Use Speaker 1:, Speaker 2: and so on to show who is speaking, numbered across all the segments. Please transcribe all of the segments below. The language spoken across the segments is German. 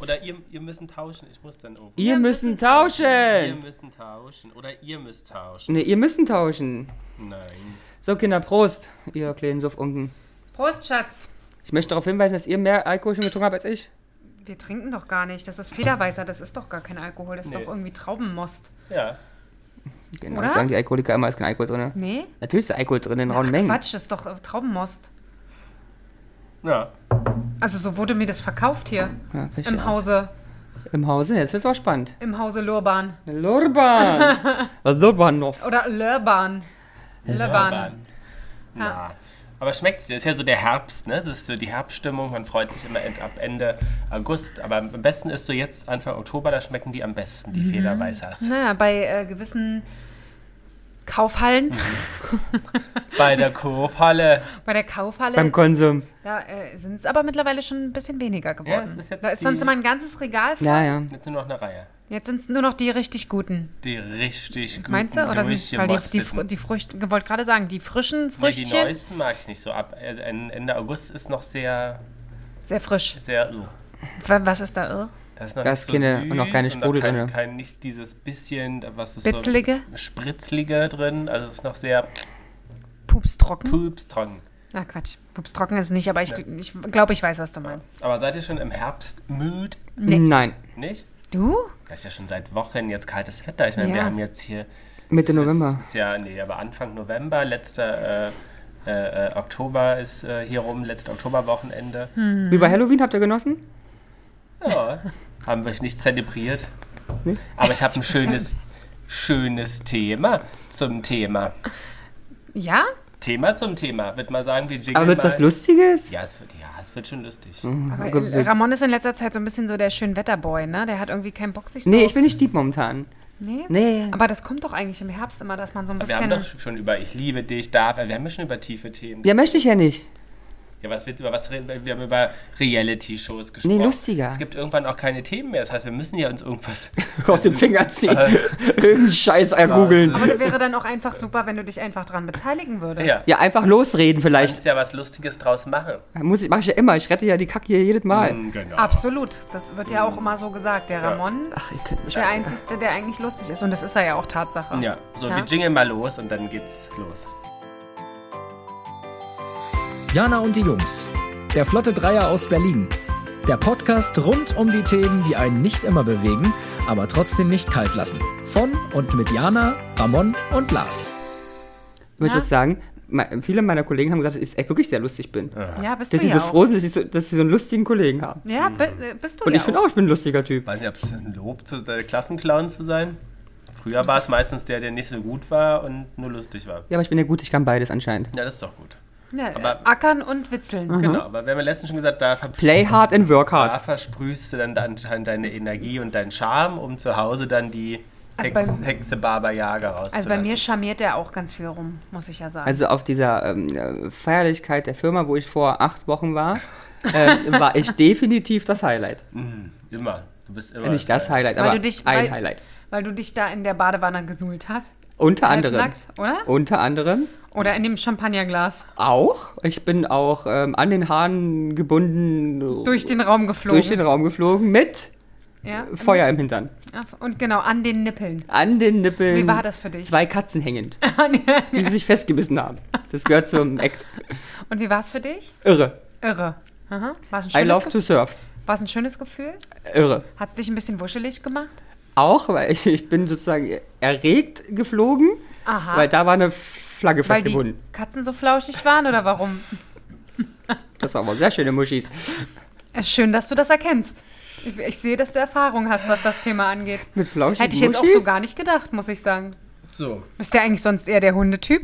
Speaker 1: Oder ihr, ihr müssen tauschen. Ich muss dann oben.
Speaker 2: Ihr müssen
Speaker 1: Ihr
Speaker 2: tauschen.
Speaker 1: müssen tauschen. Oder ihr müsst tauschen.
Speaker 2: Ne, ihr müssen tauschen.
Speaker 1: Nein.
Speaker 2: So, Kinder, Prost, ihr kleinen Soffunken.
Speaker 3: Prost, Schatz.
Speaker 2: Ich möchte darauf hinweisen, dass ihr mehr Alkohol schon getrunken habt als ich.
Speaker 3: Wir trinken doch gar nicht. Das ist Federweißer. Das ist doch gar kein Alkohol. Das ist
Speaker 1: Nee.
Speaker 3: doch irgendwie Traubenmost.
Speaker 1: Ja.
Speaker 2: Genau,
Speaker 3: Oder?
Speaker 2: das sagen die Alkoholiker immer, ist kein Alkohol drin.
Speaker 3: Nee?
Speaker 2: Natürlich ist da Alkohol drin in rauen Mengen.
Speaker 3: Quatsch, das ist doch äh, Traubenmost.
Speaker 1: Ja.
Speaker 3: Also so wurde mir das verkauft hier.
Speaker 2: Ja, verstehe.
Speaker 3: Im Hause,
Speaker 2: Im Hause, jetzt wird's auch spannend.
Speaker 3: im Hause Lurban.
Speaker 2: Lurban! Was Lurban noch?
Speaker 3: Oder Lörban. Lörban.
Speaker 1: Urban. Na. Aber schmeckt dir? Ist ja so der Herbst, ne? Es ist so die Herbststimmung. Man freut sich immer end, ab Ende August. Aber am besten ist so jetzt Anfang Oktober. Da schmecken die am besten,
Speaker 3: Mhm.
Speaker 1: die Federweißers.
Speaker 3: Naja, bei äh, gewissen Kaufhallen,
Speaker 1: Mhm. Bei der Kurvhalle.
Speaker 3: bei der Kaufhalle,
Speaker 2: Beim Konsum.
Speaker 3: da äh, sind es aber mittlerweile schon ein bisschen weniger
Speaker 1: Ja,
Speaker 3: geworden.
Speaker 1: es ist jetzt
Speaker 3: da ist
Speaker 1: die-
Speaker 3: sonst immer ein ganzes Regal. voll.
Speaker 2: Ja, ja.
Speaker 1: Jetzt nur noch eine Reihe.
Speaker 3: Jetzt sind es nur noch die richtig guten.
Speaker 1: Die richtig guten
Speaker 3: Meinst du? Oder sind, weil die, die,
Speaker 1: durchgemosteten.
Speaker 3: Fr- die Früchte, ich wollte gerade sagen, die frischen
Speaker 1: Nee, die
Speaker 3: Früchtchen,
Speaker 1: neuesten mag ich nicht so. Ab also en- Ende August ist noch sehr,
Speaker 3: sehr frisch.
Speaker 1: sehr. Uh,
Speaker 3: Wa- Was ist da? Oh?
Speaker 1: da ist noch,
Speaker 2: Da
Speaker 1: nicht
Speaker 2: ist keine-
Speaker 1: süß
Speaker 2: und noch keine
Speaker 1: da
Speaker 2: Sprudel
Speaker 1: kein,
Speaker 2: drin.
Speaker 1: Kein, nicht dieses bisschen, was ist
Speaker 3: Bitzelige?
Speaker 1: so spritzlige drin. Also es ist noch sehr
Speaker 3: Pups trocken?
Speaker 1: pupstrocken.
Speaker 3: Na Quatsch, Pups trocken ist nicht, aber ich, ich glaube, ich weiß, was du meinst.
Speaker 1: Aber seid ihr schon im Herbst müd?
Speaker 3: Nee.
Speaker 2: Nein.
Speaker 1: Nicht?
Speaker 3: Du?
Speaker 1: Das ist ja schon seit Wochen jetzt kaltes Wetter. Ich meine, wir
Speaker 3: Ja.
Speaker 1: haben jetzt hier.
Speaker 2: Mitte
Speaker 1: es
Speaker 2: November.
Speaker 1: Ist, ist ja, nee, aber Anfang November, letzter äh, äh, äh, Oktober ist äh, hier rum, letzte Oktoberwochenende.
Speaker 3: Mhm.
Speaker 2: Wie bei Halloween habt ihr genossen?
Speaker 1: Ja, haben wir nicht zelebriert. Aber ich habe ein schönes, schönes Thema zum Thema.
Speaker 3: Ja?
Speaker 1: Thema zum Thema. Wird mal sagen, wir jingeln
Speaker 2: Aber wird's
Speaker 1: mal.
Speaker 2: was Mhm. Lustiges?
Speaker 1: Ja es, wird, ja, es wird schon lustig.
Speaker 3: Aber
Speaker 2: Ge-
Speaker 3: äh, Ramon ist in letzter Zeit so ein bisschen so der Schönwetterboy, ne? Der hat irgendwie keinen Bock, sich so...
Speaker 2: Nee, ich bin nicht deep momentan.
Speaker 3: nee?
Speaker 2: Nee.
Speaker 3: Aber das kommt doch eigentlich im Herbst immer, dass man so ein
Speaker 1: Aber wir haben
Speaker 3: bisschen...
Speaker 1: doch schon über Ich liebe dich, darf. Wir haben ja schon über tiefe Themen.
Speaker 2: Ja, möchte ich ja nicht.
Speaker 1: Ja, was wird über was reden? Wir haben über Reality-Shows gesprochen.
Speaker 2: lustiger.
Speaker 1: Es gibt irgendwann auch keine Themen mehr. Das heißt, wir müssen ja uns irgendwas. Also,
Speaker 2: Aus dem Finger ziehen. Irgendeinen Scheiß
Speaker 3: Aber
Speaker 2: ergoogeln.
Speaker 3: da wäre dann auch einfach super, wenn du dich einfach dran beteiligen würdest.
Speaker 1: Ja,
Speaker 2: Ja, einfach losreden
Speaker 1: wir
Speaker 2: vielleicht.
Speaker 1: müssen ja was Lustiges draus machen.
Speaker 2: Muss ich, mach ich ja immer. Ich rette ja die Kacke hier jedes Mal.
Speaker 1: Genau.
Speaker 3: Absolut. Das wird ja auch immer so gesagt. Der Ramon
Speaker 2: Ach, ich könnte
Speaker 3: ist der Einzige, der eigentlich lustig ist. Und das ist er ja auch Tatsache.
Speaker 1: Ja, so,
Speaker 3: Ja.
Speaker 1: wir jingeln mal los und dann geht's los.
Speaker 4: Jana und die Jungs. Der Flotte Dreier aus Berlin. Der Podcast rund um die Themen, die einen nicht immer bewegen, aber trotzdem nicht kalt lassen. Von und mit Jana, Ramon und Lars.
Speaker 2: Ich möchte
Speaker 3: Ja.
Speaker 2: was sagen. Me- Viele meiner Kollegen haben gesagt, dass ich echt wirklich sehr lustig bin.
Speaker 3: Ja, bist
Speaker 2: Dass
Speaker 3: du
Speaker 2: sie
Speaker 3: ja
Speaker 2: so
Speaker 3: auch.
Speaker 2: froh sind, dass, ich so, dass sie so einen lustigen Kollegen haben.
Speaker 3: Ja, bi
Speaker 1: Mhm.
Speaker 3: äh, bist du
Speaker 2: Und
Speaker 3: ja
Speaker 2: ich finde auch, ich bin ein lustiger Typ.
Speaker 1: weiß nicht, ob es ein Lob zu der Klassenclown zu sein. Früher war es meistens der, der nicht so gut war und nur lustig war.
Speaker 2: Ja, aber ich bin ja gut, ich kann beides anscheinend.
Speaker 1: Ja, das ist doch gut.
Speaker 3: Ja, äh,
Speaker 1: aber-
Speaker 3: ackern und witzeln.
Speaker 2: Mhm.
Speaker 1: Genau, aber wir haben ja letztens schon gesagt, da, ver
Speaker 2: Play hard and work
Speaker 1: da
Speaker 2: hard.
Speaker 1: versprühst du dann anscheinend deine Energie und deinen Charme, um zu Hause dann die
Speaker 3: Also
Speaker 1: Hex,
Speaker 3: bei-
Speaker 1: Hexe Baba Yaga rauszulassen.
Speaker 3: Also bei mir charmiert er auch ganz viel rum, muss ich ja sagen.
Speaker 2: Also auf dieser ähm, äh, Feierlichkeit der Firma, wo ich vor acht Wochen war, ähm, war ich definitiv das Highlight. Äh,
Speaker 1: Immer. Du bist immer.
Speaker 2: Nicht das halt- Highlight,
Speaker 3: Weil
Speaker 2: aber
Speaker 3: du dich-
Speaker 2: ein
Speaker 3: weil-
Speaker 2: Highlight.
Speaker 3: Weil du dich da in der Badewanne gesuhlt hast.
Speaker 2: Unter anderem.
Speaker 3: Halbnackt, oder?
Speaker 2: Unter anderem
Speaker 3: Oder in dem Champagnerglas.
Speaker 2: auch. Ich bin auch ähm, an den Haaren gebunden,
Speaker 3: Durch den Raum geflogen.
Speaker 2: Oh. durch den Raum geflogen mit
Speaker 3: ja?
Speaker 2: Feuer im Hintern.
Speaker 3: Und genau, an den Nippeln.
Speaker 2: An den Nippeln.
Speaker 3: Wie war das für dich?
Speaker 2: Ähm, Zwei Katzen hängend, die sich festgebissen haben. Das gehört zum Act.
Speaker 3: Und wie war es für dich?
Speaker 2: Irre.
Speaker 3: Irre. Aha. War es ein
Speaker 2: I
Speaker 3: schönes,
Speaker 2: love
Speaker 3: Ge
Speaker 2: to surf.
Speaker 3: war's ein schönes Gefühl?
Speaker 2: Irre.
Speaker 3: Hat es dich ein bisschen wuschelig gemacht?
Speaker 2: Auch, weil ich, ich bin sozusagen erregt geflogen,
Speaker 3: Aha.
Speaker 2: weil da war eine Flagge
Speaker 3: Ah. Weil die
Speaker 2: festgebunden.
Speaker 3: Katzen so flauschig waren oder warum?
Speaker 2: Das waren aber sehr schöne Muschis.
Speaker 3: Es ist Schön, dass du das erkennst. Ich, ich sehe, dass du Erfahrung hast, was das Thema angeht.
Speaker 2: Mit flauschigen
Speaker 3: Hätte ich jetzt auch
Speaker 2: Muschis?
Speaker 3: so gar nicht gedacht, muss ich sagen.
Speaker 1: so.
Speaker 3: Bist ja eigentlich sonst eher der Hundetyp.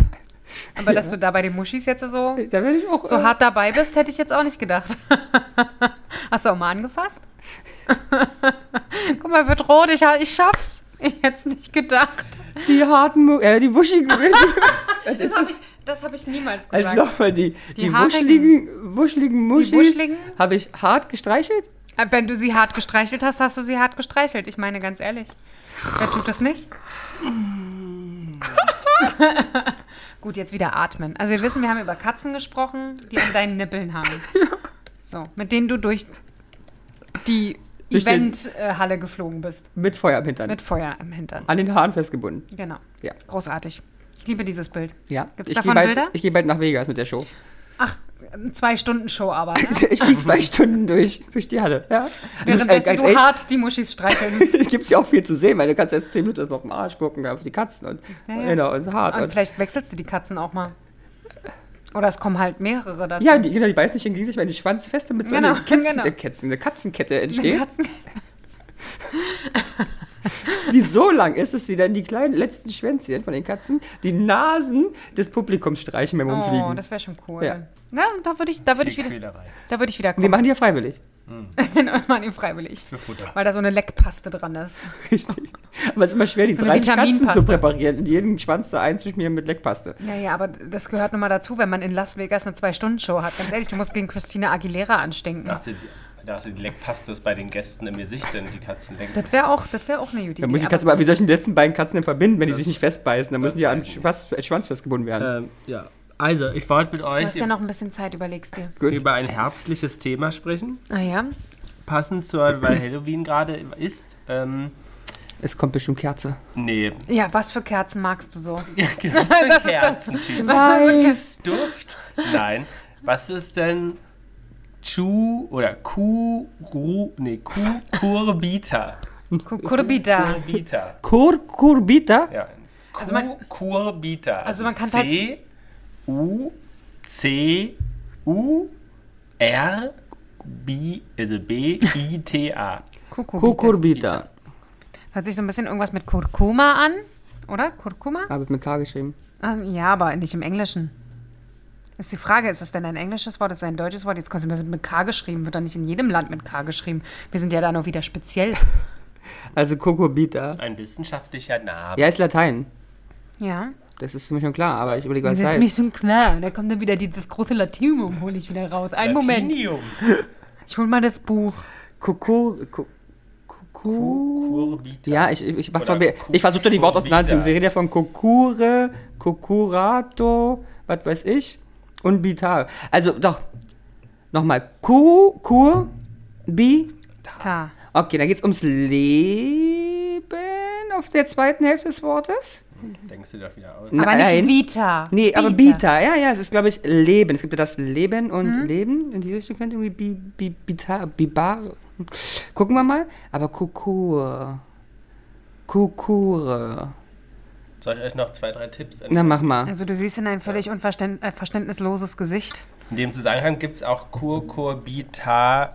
Speaker 3: Aber dass du da bei den Muschis jetzt so,
Speaker 2: Da werde ich auch.
Speaker 3: so
Speaker 2: äh,
Speaker 3: hart dabei bist, hätte ich jetzt auch nicht gedacht. Hast du auch mal angefasst? Guck mal, wird rot. Ich, ha- ich schaff's. Ich hätte es nicht gedacht.
Speaker 2: Die harten, Mu äh, die muschigen. als
Speaker 3: Das habe ich, das hab ich niemals
Speaker 2: also
Speaker 3: gesagt.
Speaker 2: nochmal die, die, wuscheligen,
Speaker 3: haarigen.
Speaker 2: wuscheligen Muschis
Speaker 3: wuscheligen?
Speaker 2: habe ich hart gestreichelt.
Speaker 3: Aber Äh, Wenn du sie hart gestreichelt hast, hast du sie hart gestreichelt. Ich meine ganz ehrlich. Wer tut das nicht? Gut, jetzt wieder atmen. Also wir wissen, wir haben über Katzen gesprochen, die an deinen Nippeln haben. So, mit denen du durch die
Speaker 2: Durch den-
Speaker 3: Eventhalle geflogen bist.
Speaker 2: Mit Feuer im Hintern.
Speaker 3: Mit Feuer am Hintern.
Speaker 2: An den Haaren festgebunden.
Speaker 3: Genau.
Speaker 2: Ja.
Speaker 3: Großartig. Ich liebe dieses Bild.
Speaker 2: Ja.
Speaker 3: Gibt's
Speaker 2: ich
Speaker 3: davon
Speaker 2: gehe
Speaker 3: Bilder?
Speaker 2: bald, ich geh bald nach Vegas mit der Show.
Speaker 3: Ach, zwei Stunden Show aber. Ne?
Speaker 2: Ich fliege zwei Stunden durch, durch die Halle. Ja.
Speaker 3: Währenddessen
Speaker 2: ganz
Speaker 3: du
Speaker 2: Äh, echt,
Speaker 3: hart die Muschis streicheln.
Speaker 2: gibt's ja auch viel zu sehen, weil du kannst erst zehn Minuten so auf den Arsch gucken, auf die Katzen und,
Speaker 3: Ja, ja.
Speaker 2: Genau, und hart.
Speaker 3: Und
Speaker 2: Und,
Speaker 3: vielleicht wechselst du die Katzen auch mal. Oder es kommen halt mehrere dazu.
Speaker 2: ja, die, genau, die beißen sich gegen sich mal in die Schwanz fest, damit so
Speaker 3: Genau,
Speaker 2: eine, Katzen,
Speaker 3: genau.
Speaker 2: äh, Katzen, eine Katzenkette
Speaker 3: Eine
Speaker 2: entsteht,
Speaker 3: Katzen
Speaker 2: die so lang ist, dass sie dann die kleinen letzten Schwänzchen von den Katzen die Nasen des Publikums streichen beim
Speaker 3: oh,
Speaker 2: Umfliegen.
Speaker 3: das wäre schon cool.
Speaker 2: Ja.
Speaker 3: Na, da würde ich, da würde ich
Speaker 1: Die
Speaker 3: wieder,
Speaker 1: Quälerei
Speaker 3: da würde ich wieder
Speaker 2: die
Speaker 3: kommen.
Speaker 2: machen die ja freiwillig.
Speaker 3: Genau, das machen die freiwillig.
Speaker 1: für Futter.
Speaker 3: Weil da so eine Leckpaste dran ist.
Speaker 2: Richtig. Aber es ist immer schwer, die
Speaker 3: So eine
Speaker 2: 30 Katzen zu
Speaker 3: Vitaminpaste.
Speaker 2: präparieren und jeden Schwanz da einzuschmieren mit Leckpaste.
Speaker 3: Ja, ja, aber das gehört nun mal dazu, wenn man in Las Vegas eine Zwei-Stunden-Show hat. Ganz ehrlich, du musst gegen Christina Aguilera anstinken.
Speaker 1: Dachte, die- dachte, die Leckpaste ist bei den Gästen im Gesicht, denn die Katzen lecken.
Speaker 3: Das wäre auch, das wäre auch eine
Speaker 2: Da
Speaker 3: gute Idee.
Speaker 2: muss ich
Speaker 3: aber-
Speaker 2: Katze mal, wie soll ich denn die letzten beiden Katzen denn verbinden, wenn die sich nicht festbeißen? Dann müssen die ja am Schwanz, äh, Schwanz festgebunden werden.
Speaker 1: Ähm, ja. Also, ich wollte mit
Speaker 3: Du
Speaker 1: euch
Speaker 3: hast ja noch ein bisschen Zeit, überlegst dir.
Speaker 2: Gut.
Speaker 1: über ein herbstliches Thema sprechen.
Speaker 3: Ah ja?
Speaker 1: Passend zur, weil Halloween gerade ist. Ähm,
Speaker 2: Es kommt bestimmt Kerze.
Speaker 1: nee.
Speaker 3: Ja, was für Kerzen magst du so?
Speaker 1: Ja, genau.
Speaker 3: Das ist das-
Speaker 1: Kerzentyp.
Speaker 2: Weiß.
Speaker 1: Duft? Nein. Was ist denn Chu oder Kuru, nee, Ku, Kurbita?
Speaker 3: Kukurbida.
Speaker 1: Kurbita.
Speaker 2: Kurkurbita?
Speaker 1: Ja.
Speaker 3: Also man-
Speaker 1: Ku- Kurbita.
Speaker 3: Also man kann's
Speaker 1: C, U, C, U, R, B, also B, I, T, A.
Speaker 3: Kukurbida.
Speaker 2: Kurkurbita.
Speaker 3: Hört sich so ein bisschen irgendwas mit Kurkuma an, oder? Kurkuma?
Speaker 2: Habe ich mit K geschrieben.
Speaker 3: Ah, Ja, aber nicht im Englischen. Ist die Frage, ist es denn ein englisches Wort, ist es ein deutsches Wort? Jetzt kommt es mir mit K geschrieben, wird doch nicht in jedem Land mit K geschrieben. Wir sind ja da nur wieder speziell.
Speaker 2: Also Kukurbita.
Speaker 1: Ein wissenschaftlicher Name.
Speaker 2: Ja, ist Latein.
Speaker 3: Ja.
Speaker 2: Das ist für mich schon klar, aber ich überlege, was
Speaker 3: Das
Speaker 2: es
Speaker 3: ist
Speaker 2: heißt.
Speaker 3: mich schon klar. Da kommt dann wieder die, das große Latinum, hole ich wieder raus. Einen Moment.
Speaker 1: Latinium.
Speaker 3: Ich hole mal das Buch.
Speaker 2: Kuku. Ku- Kuku.
Speaker 1: Kurbita.
Speaker 2: Ja, ich, ich, ich, mach's
Speaker 1: Oder
Speaker 2: mal, be-
Speaker 1: Ku-
Speaker 2: ich versuche die Worte auseinanderzuziehen.
Speaker 1: Kurbita.
Speaker 2: Wir reden ja von Kokure, Kokurato, was weiß ich, und Bital. Also doch, nochmal. Ku, Kur, Bi.
Speaker 3: Ta.
Speaker 2: Okay, dann geht's ums Leben auf der zweiten Hälfte des Wortes.
Speaker 1: Denkst du doch wieder aus.
Speaker 3: Aber nicht Vita.
Speaker 2: Nee, aber Bita, ja, ja, es ist, glaube ich, Leben. Es gibt ja das Leben und
Speaker 3: Mhm.
Speaker 2: Leben. In die Richtung könnte irgendwie Bi, Bi, Bita, Bibar. Gucken wir mal. Aber Kukur. Kukure.
Speaker 1: Soll ich euch noch zwei, drei Tipps
Speaker 2: Na, mach mal.
Speaker 3: Also du siehst in ein völlig unverständ, äh, verständnisloses Gesicht.
Speaker 1: In dem Zusammenhang gibt es auch Kurkurbita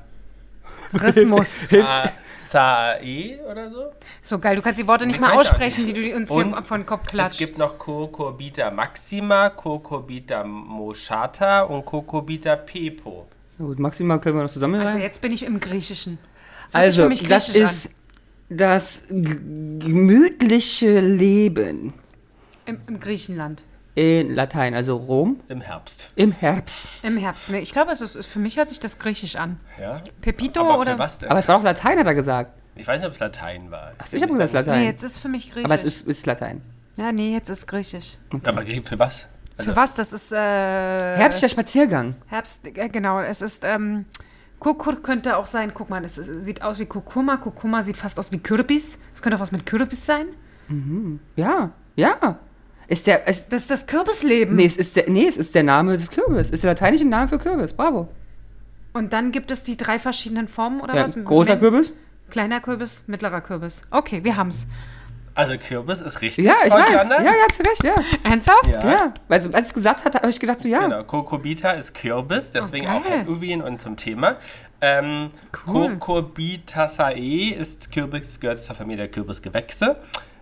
Speaker 3: Rhythmus.
Speaker 1: Sa- Sae oder so.
Speaker 3: So geil, du kannst die Worte nicht mal
Speaker 1: Weiß ich auch
Speaker 3: aussprechen, die
Speaker 1: nicht.
Speaker 3: du uns
Speaker 1: Und
Speaker 3: hier von den Kopf
Speaker 1: Es
Speaker 3: klatscht.
Speaker 1: gibt noch Kurkurbita Maxima, Kurkurbita Moschata und Kurkurbita Pepo.
Speaker 2: Na Gut, maximal können wir noch zusammen
Speaker 3: Also
Speaker 2: rein.
Speaker 3: jetzt bin ich im Griechischen. Das hört sich
Speaker 2: Äh. Also,
Speaker 3: für mich
Speaker 2: das
Speaker 3: griechisch
Speaker 2: ist das g- gemütliche Leben
Speaker 3: an. Im, im Griechenland.
Speaker 2: in Latein, also Rom
Speaker 1: Im Herbst.
Speaker 2: im Herbst.
Speaker 3: Im Herbst. Ne, ich glaube, es ist, für mich hört sich das griechisch an.
Speaker 1: Ja?
Speaker 3: Pepito
Speaker 1: Aber
Speaker 3: oder?
Speaker 1: für was denn?
Speaker 2: Aber es war doch Latein, hat er gesagt.
Speaker 1: Ich weiß nicht, ob es Latein war.
Speaker 2: Ach, so, ich habe gesagt Latein.
Speaker 3: Nee, jetzt ist für mich griechisch.
Speaker 2: Aber es ist, ist Latein.
Speaker 3: Ja, nee, jetzt ist griechisch.
Speaker 1: Aber für was? Also,
Speaker 3: Für was? Das ist äh,
Speaker 2: Herbstlicher Spaziergang.
Speaker 3: Herbst, äh, genau. Es ist ähm, Kurkur könnte auch sein. Guck mal, es ist- sieht aus wie Kurkuma. Kurkuma sieht fast aus wie Kürbis. Es könnte auch was mit Kürbis sein.
Speaker 2: Ja, ja. Ist der, ist,
Speaker 3: Das ist das Kürbisleben.
Speaker 2: Nee, es ist der, nee, es ist der Name des Kürbis. Ist der lateinische Name für Kürbis. Bravo.
Speaker 3: Und dann gibt es die drei verschiedenen Formen oder
Speaker 2: Ja,
Speaker 3: Ah, was?
Speaker 2: großer
Speaker 3: Men-
Speaker 2: Kürbis?
Speaker 3: Kleiner Kürbis, mittlerer Kürbis. Okay, wir haben's.
Speaker 1: also Kürbis ist richtig.
Speaker 2: Ja, ich
Speaker 1: Frau
Speaker 2: weiß.
Speaker 1: Zander?
Speaker 2: Ja, ja, zu Recht, ja.
Speaker 3: Ernsthaft?
Speaker 1: Ja.
Speaker 2: Ja, weil so- als ich gesagt hatte, habe ich gedacht, so ja.
Speaker 1: Genau, Kurkurbita ist Kürbis, deswegen auch
Speaker 3: Ah. geil.
Speaker 1: Halloween und zum Thema. Ähm,
Speaker 3: Cool.
Speaker 1: Cucurbitaceae ist Kürbis, gehört zur Familie der Kürbisgewächse.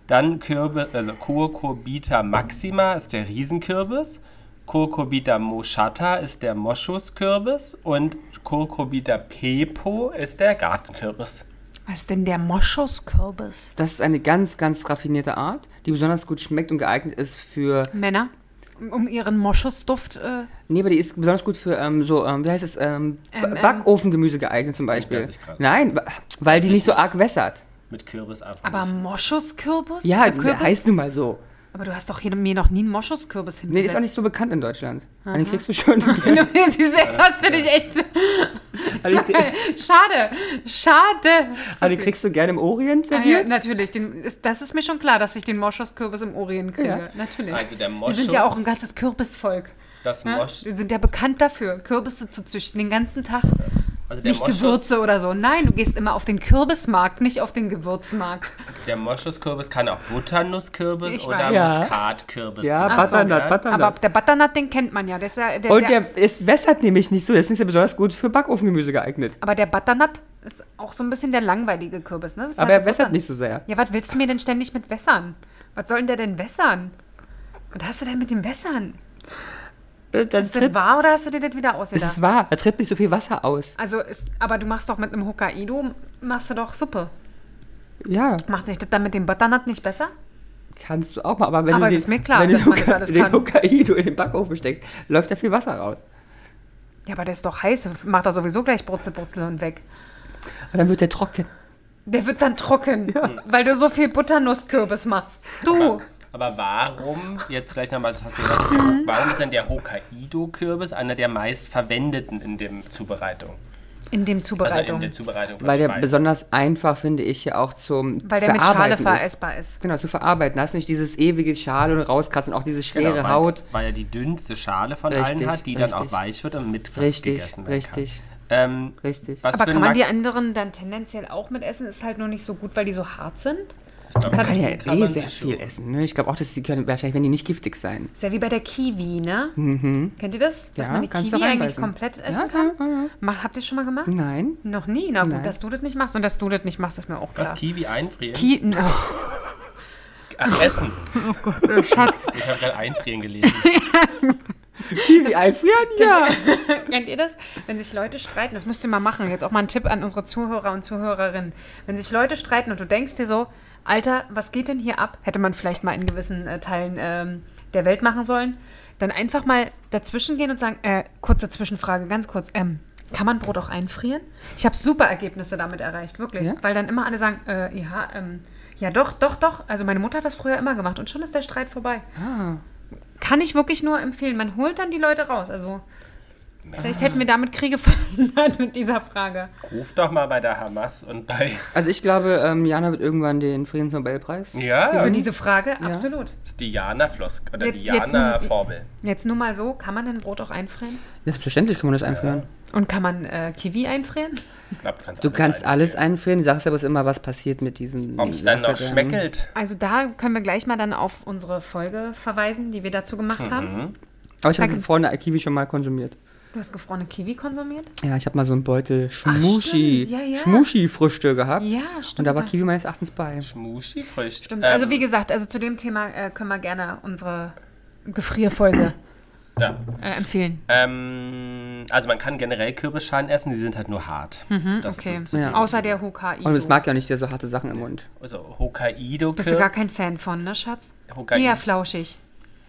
Speaker 1: Dann Kürbis, also Cucurbita maxima ist der Riesenkürbis. Cucurbita moschata ist der Moschuskürbis und Cucurbita pepo ist der Gartenkürbis.
Speaker 3: Was ist denn der Moschuskürbis?
Speaker 2: Das ist eine ganz, ganz raffinierte Art, die besonders gut schmeckt und geeignet ist für.
Speaker 3: Männer, um- um ihren Moschusduft. Äh,
Speaker 2: Nee, aber die ist besonders gut für ähm, so, ähm, wie heißt es, ähm, Ba-
Speaker 3: Ähm, ähm.
Speaker 2: Backofengemüse geeignet zum
Speaker 1: ja,
Speaker 2: Beispiel.
Speaker 1: sich gerade.
Speaker 2: Nein, wa- weil die nicht so arg wässert.
Speaker 1: Mit Kürbis ab.
Speaker 3: aber Moschuskürbis?
Speaker 2: Ja,
Speaker 3: Äh, Kürbis?
Speaker 2: heißt nun mal so.
Speaker 3: Aber du hast doch hier, mir noch nie einen Moschuskürbis
Speaker 2: Nee,
Speaker 3: hingesetzt.
Speaker 2: ist auch nicht so bekannt in Deutschland. Mhm. Den kriegst du schon.
Speaker 3: Sie selbst hast du dich echt. Schade, schade.
Speaker 2: Aber den Ah, kriegst du gerne im Orient
Speaker 3: Ah, ja,
Speaker 2: serviert.
Speaker 3: natürlich, den, ist- das ist mir schon klar, dass ich den Moschuskürbis im Orient kriege.
Speaker 2: Ja.
Speaker 3: Natürlich.
Speaker 1: Also der
Speaker 3: Wir sind
Speaker 1: Moschus-
Speaker 3: ja auch ein ganzes Kürbisvolk.
Speaker 1: Das
Speaker 3: Ne?
Speaker 1: Mosch,
Speaker 3: Wir sind ja bekannt dafür, Kürbisse zu züchten den ganzen Tag.
Speaker 1: also der
Speaker 3: Nicht
Speaker 1: Moschus,
Speaker 3: Gewürze oder so. Nein, du gehst immer auf den Kürbismarkt, nicht auf den Gewürzmarkt.
Speaker 1: der Moschuskürbis kann auch Butternusskürbis
Speaker 3: Ich
Speaker 1: oder
Speaker 3: weiß.
Speaker 2: Ja.
Speaker 1: Muskatkürbis.
Speaker 2: Ja,
Speaker 1: sein.
Speaker 3: Ach so,
Speaker 2: Butternut,
Speaker 1: ja.
Speaker 2: Butternut.
Speaker 3: Aber der Butternut, den kennt man ja. Der ist ja der,
Speaker 2: und der ist, wässert nämlich nicht so, deswegen ist er besonders gut für Backofengemüse geeignet.
Speaker 3: aber der Butternut ist auch so ein bisschen der langweilige Kürbis. Ne? Das ist
Speaker 2: Aber er
Speaker 3: halt so
Speaker 2: wässert
Speaker 3: Butternut.
Speaker 2: nicht so sehr.
Speaker 3: Ja, was willst du mir denn ständig mit wässern? Was soll denn der denn wässern? Was hast du denn mit dem Wässern?
Speaker 2: Dann
Speaker 3: Ist das
Speaker 2: tritt,
Speaker 3: wahr oder hast du dir das wieder
Speaker 2: das
Speaker 3: ausgedacht?
Speaker 2: ist wahr, da tritt nicht so viel Wasser aus.
Speaker 3: Also, ist, aber du machst doch mit einem Hokkaido, machst du doch Suppe.
Speaker 2: Ja,
Speaker 3: Macht sich das dann mit dem Butternut nicht besser?
Speaker 2: kannst du auch mal. Aber wenn
Speaker 3: Aber
Speaker 2: du den,
Speaker 3: ist mir klar,
Speaker 2: wenn du
Speaker 3: dass man das
Speaker 2: Hokkaido-
Speaker 3: alles
Speaker 2: den
Speaker 3: kann.
Speaker 2: Hokkaido in den Backofen steckst, läuft da viel Wasser raus.
Speaker 3: Ja, aber der ist doch heiß. Macht doch sowieso gleich Brutzel, Brutzel und weg.
Speaker 2: Und dann wird der trocken.
Speaker 3: Der wird dann trocken, weil du so viel Butternusskürbis machst. Du,
Speaker 1: Aber warum, jetzt gleich nochmal, hast du gesagt,
Speaker 2: Mhm.
Speaker 1: warum ist denn der Hokkaido-Kürbis einer der meistverwendeten in der Zubereitung?
Speaker 3: in dem
Speaker 1: Also
Speaker 3: Zubereitung.
Speaker 1: in der Zubereitung von
Speaker 2: Weil der
Speaker 1: Speisen.
Speaker 2: besonders einfach, finde ich, ja auch zum
Speaker 3: weil der mit Schale
Speaker 2: Verarbeiten ist.
Speaker 3: veressbar ist.
Speaker 2: Genau, zu verarbeiten. Da hast du nicht dieses ewige Schale und rauskratzen, auch diese schwere
Speaker 1: Genau, weil,
Speaker 2: Haut.
Speaker 1: Weil er die dünnste Schale von
Speaker 2: Richtig,
Speaker 1: allen hat, die dann
Speaker 2: richtig.
Speaker 1: auch weich wird und mit Wrack
Speaker 2: Richtig,
Speaker 1: gegessen werden
Speaker 2: richtig,
Speaker 1: kann. Ähm,
Speaker 2: richtig.
Speaker 1: was
Speaker 3: Aber
Speaker 1: für
Speaker 3: kann
Speaker 1: ein
Speaker 3: man die
Speaker 1: Max-
Speaker 3: anderen dann tendenziell auch mit essen? Ist halt nur nicht so gut, weil die so hart sind.
Speaker 1: glaub,
Speaker 3: Das hat
Speaker 2: kann ja
Speaker 1: Also kann
Speaker 2: eh
Speaker 1: man
Speaker 2: sehr
Speaker 1: sich
Speaker 2: viel
Speaker 1: schon-
Speaker 2: essen. Ne? Ich glaube auch, dass die können, wahrscheinlich werden die nicht giftig sein.
Speaker 3: Ist ja wie bei der Kiwi, ne? Kennt ihr das? Dass
Speaker 2: Mhm. Ja,
Speaker 3: man die
Speaker 2: kannst du
Speaker 3: Kiwi eigentlich
Speaker 2: reinbeißen.
Speaker 3: komplett
Speaker 2: Ja,
Speaker 3: essen
Speaker 2: ja,
Speaker 3: kann? Mach, habt ihr das schon mal gemacht?
Speaker 2: Nein.
Speaker 3: Noch nie. Na gut,
Speaker 2: Nein.
Speaker 3: dass du das nicht machst und dass du das nicht machst, ist mir auch
Speaker 1: Was,
Speaker 3: klar.
Speaker 1: Kiwi einfrieren?
Speaker 3: Ki na,
Speaker 1: Ach, Essen.
Speaker 3: äh, Schatz,
Speaker 1: Ich habe gerade einfrieren gelesen.
Speaker 2: Kiwi einfrieren? Ja.
Speaker 3: kennt ihr das? Wenn sich Leute streiten, das müsst ihr mal machen. Jetzt auch mal ein Tipp an unsere Zuhörer und Zuhörerinnen. Wenn sich Leute streiten und du denkst dir so, Alter, was geht denn hier ab? Hätte man vielleicht mal in gewissen äh, Teilen ähm, der Welt machen sollen. Dann einfach mal dazwischen gehen und sagen, äh, kurze Zwischenfrage, ganz kurz. Ähm, kann man Brot auch einfrieren? Ich habe super Ergebnisse damit erreicht, wirklich.
Speaker 2: Ja?
Speaker 3: Weil dann immer alle sagen, äh, ja, ähm, ja doch, doch, doch. Also meine Mutter hat das früher immer gemacht und schon ist der Streit vorbei.
Speaker 2: Ah.
Speaker 3: Kann ich wirklich nur empfehlen. Man holt dann die Leute raus. Also vielleicht hätten wir damit Kriege verhindert mit dieser Frage.
Speaker 1: Ruf doch mal bei der Hamas und bei.
Speaker 2: Also ich glaube, ähm, Jana wird irgendwann den Friedensnobelpreis.
Speaker 1: Ja,
Speaker 3: Für diese Frage, absolut.
Speaker 1: das ist die Jana Flosk oder
Speaker 3: Jetzt-
Speaker 1: die
Speaker 3: jetzt
Speaker 1: Jana
Speaker 3: nimm-
Speaker 1: Formel.
Speaker 3: Jetzt nur mal so, kann man denn Brot auch einfrieren?
Speaker 2: Selbstverständlich kann man das einfrieren.
Speaker 3: Und kann man äh, Kiwi einfrieren?
Speaker 1: Ich glaub, du kannst
Speaker 2: Du kannst alles
Speaker 1: einfrieren.
Speaker 2: einfrieren. Du sagst aber es immer, was passiert mit diesen.
Speaker 1: Ob es dann noch
Speaker 2: Sachen.
Speaker 1: schmeckelt.
Speaker 3: Also da können wir gleich mal dann auf unsere Folge verweisen, die wir dazu gemacht
Speaker 1: Mhm.
Speaker 3: haben.
Speaker 2: Aber ich habe
Speaker 3: Danke.
Speaker 2: vorhin eine Kiwi schon mal konsumiert.
Speaker 3: Du hast gefrorene Kiwi konsumiert?
Speaker 2: Ja, ich habe mal so einen Beutel Schmuschi,
Speaker 3: stimmt. Ja, ja.
Speaker 2: Schmuschi-Früchte gehabt.
Speaker 3: Ja, stimmt.
Speaker 2: Und da war Kiwi meines Erachtens bei.
Speaker 1: Schmuschi-Früchte.
Speaker 3: Stimmt. also wie gesagt, also zu dem Thema äh, können wir gerne unsere Gefrierfolge
Speaker 1: ja.
Speaker 3: äh, empfehlen.
Speaker 1: ähm, also man kann generell Kürbisschalen essen, die sind halt nur hart. Das
Speaker 3: Mhm, Okay.
Speaker 1: ist so-
Speaker 2: Ja.
Speaker 3: Außer der Hokkaido.
Speaker 2: Und es mag ja auch nicht sehr so harte Sachen im Mund.
Speaker 1: Also Hokkaido
Speaker 3: Bist du gar kein Fan von, ne, Schatz?
Speaker 1: Hokkaido.
Speaker 3: Eher flauschig.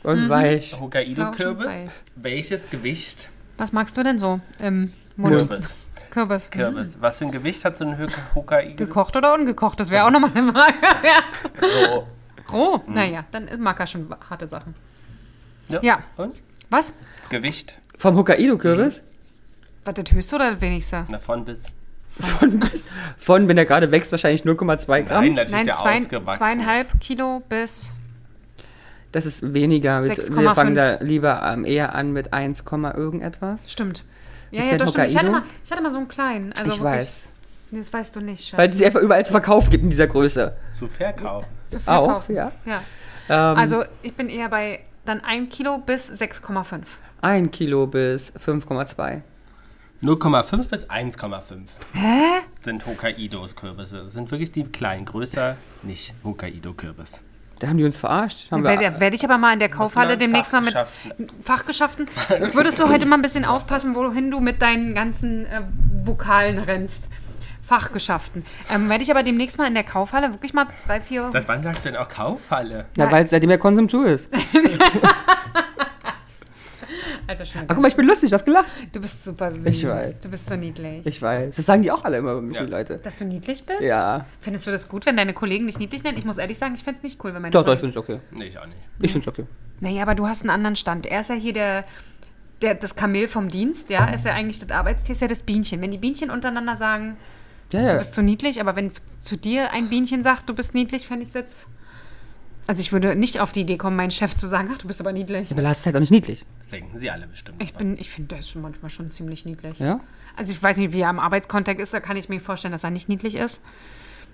Speaker 2: Und weich.
Speaker 1: Hokkaido-Kürbis.
Speaker 3: Flauschenbrei.
Speaker 1: Welches Gewicht?
Speaker 3: Was magst du denn so im Mund?
Speaker 1: Kürbis.
Speaker 3: Kürbis. Hm?
Speaker 1: Kürbis. Was für ein Gewicht hat so ein Hok- Hokkaido?
Speaker 3: Gekocht oder ungekocht? Das wäre auch nochmal eine Frage wert.
Speaker 1: So.
Speaker 3: Roh? Naja, dann mag er schon harte Sachen.
Speaker 1: Ja.
Speaker 3: Ja.
Speaker 1: Und?
Speaker 3: Was?
Speaker 1: Gewicht.
Speaker 2: Vom Hokkaido-Kürbis?
Speaker 3: Was das höchste oder das wenigste?
Speaker 1: Na, von bis.
Speaker 2: Von, von, wenn er gerade wächst, wahrscheinlich 0,2 Gramm.
Speaker 1: Nein, natürlich
Speaker 3: Nein,
Speaker 1: der
Speaker 3: zwei,
Speaker 1: ausgewachsene.
Speaker 3: zweieinhalb Kilo bis.
Speaker 2: Das ist weniger. Wir, wir
Speaker 3: 6,5.
Speaker 2: fangen da lieber ähm, eher an mit 1, Komma irgendetwas.
Speaker 3: Stimmt. Ja,
Speaker 2: Ist
Speaker 3: ja,
Speaker 2: der
Speaker 3: doch, stimmt. Ich hatte,
Speaker 2: Hokkaido?
Speaker 3: mal, ich hatte mal so einen kleinen. Also
Speaker 2: ich
Speaker 3: wirklich,
Speaker 2: weiß.
Speaker 3: Nee, das weißt du nicht, Schatz.
Speaker 2: Weil es sie einfach überall zu verkaufen gibt in dieser Größe.
Speaker 1: Zu Verkauf.
Speaker 3: Zu viel
Speaker 2: Ah, Auch,
Speaker 3: kaufen.
Speaker 2: ja.
Speaker 3: ja.
Speaker 2: Ähm, also
Speaker 3: Also ich bin eher bei dann 1 Kilo bis 6,5.
Speaker 2: 1 Kilo bis 5,2.
Speaker 1: 0,5 bis 1,5. Hä? Sind Hokkaidos Kürbisse. Sind wirklich die kleinen, größer nicht Hokkaido Kürbis.
Speaker 2: Da haben die uns verarscht. Haben wir,
Speaker 3: Werde, werde ich aber mal in der Kaufhalle
Speaker 1: man
Speaker 3: demnächst mal mit
Speaker 1: Fachgeschäften-
Speaker 3: Fachgeschäften. Würdest du heute mal ein bisschen aufpassen, wohin du mit deinen ganzen äh, Vokalen rennst? Fachgeschäften. Ähm, werde ich aber demnächst mal in der Kaufhalle wirklich mal drei, vier.
Speaker 1: Seit wann sagst du denn auch Kaufhalle?
Speaker 2: Ah, na, weil seitdem der Konsum zu ist.
Speaker 3: Also schön.
Speaker 2: Ach, Ah, guck mal, ich bin lustig, du hast gelacht.
Speaker 3: Du bist super süß.
Speaker 2: Ich weiß.
Speaker 3: Du bist so niedlich.
Speaker 2: Ich weiß. Das sagen die auch alle immer über mich,
Speaker 1: Ja.
Speaker 2: die Leute.
Speaker 3: Dass du niedlich bist?
Speaker 2: Ja.
Speaker 3: Findest du das gut, wenn deine Kollegen dich niedlich nennen? Ich muss ehrlich sagen, ich fände es nicht cool, wenn meine
Speaker 2: Doch, doch, ich
Speaker 3: Kollegen...
Speaker 2: find's okay.
Speaker 1: Nee, ich auch nicht.
Speaker 2: Ich find's okay.
Speaker 3: Naja, aber du hast einen anderen Stand. Er ist ja hier der, der das Kamel vom Dienst, ja, ist ja eigentlich das Arbeitstier, ist ja das Bienchen. Wenn die Bienchen untereinander sagen,
Speaker 2: Ja, ja.
Speaker 3: du bist zu niedlich, aber wenn zu dir ein Bienchen sagt, du bist niedlich, fände ich es jetzt... Also ich würde nicht auf die Idee kommen, meinen Chef zu sagen, ach, du bist aber niedlich.
Speaker 2: Aber Lars ist halt auch nicht niedlich.
Speaker 1: Denken sie alle bestimmt.
Speaker 3: Ich bin, ich finde, der ist manchmal schon ziemlich niedlich.
Speaker 2: Ja?
Speaker 3: Also ich weiß nicht, wie er im Arbeitskontext ist, da kann ich mir vorstellen, dass er nicht niedlich ist.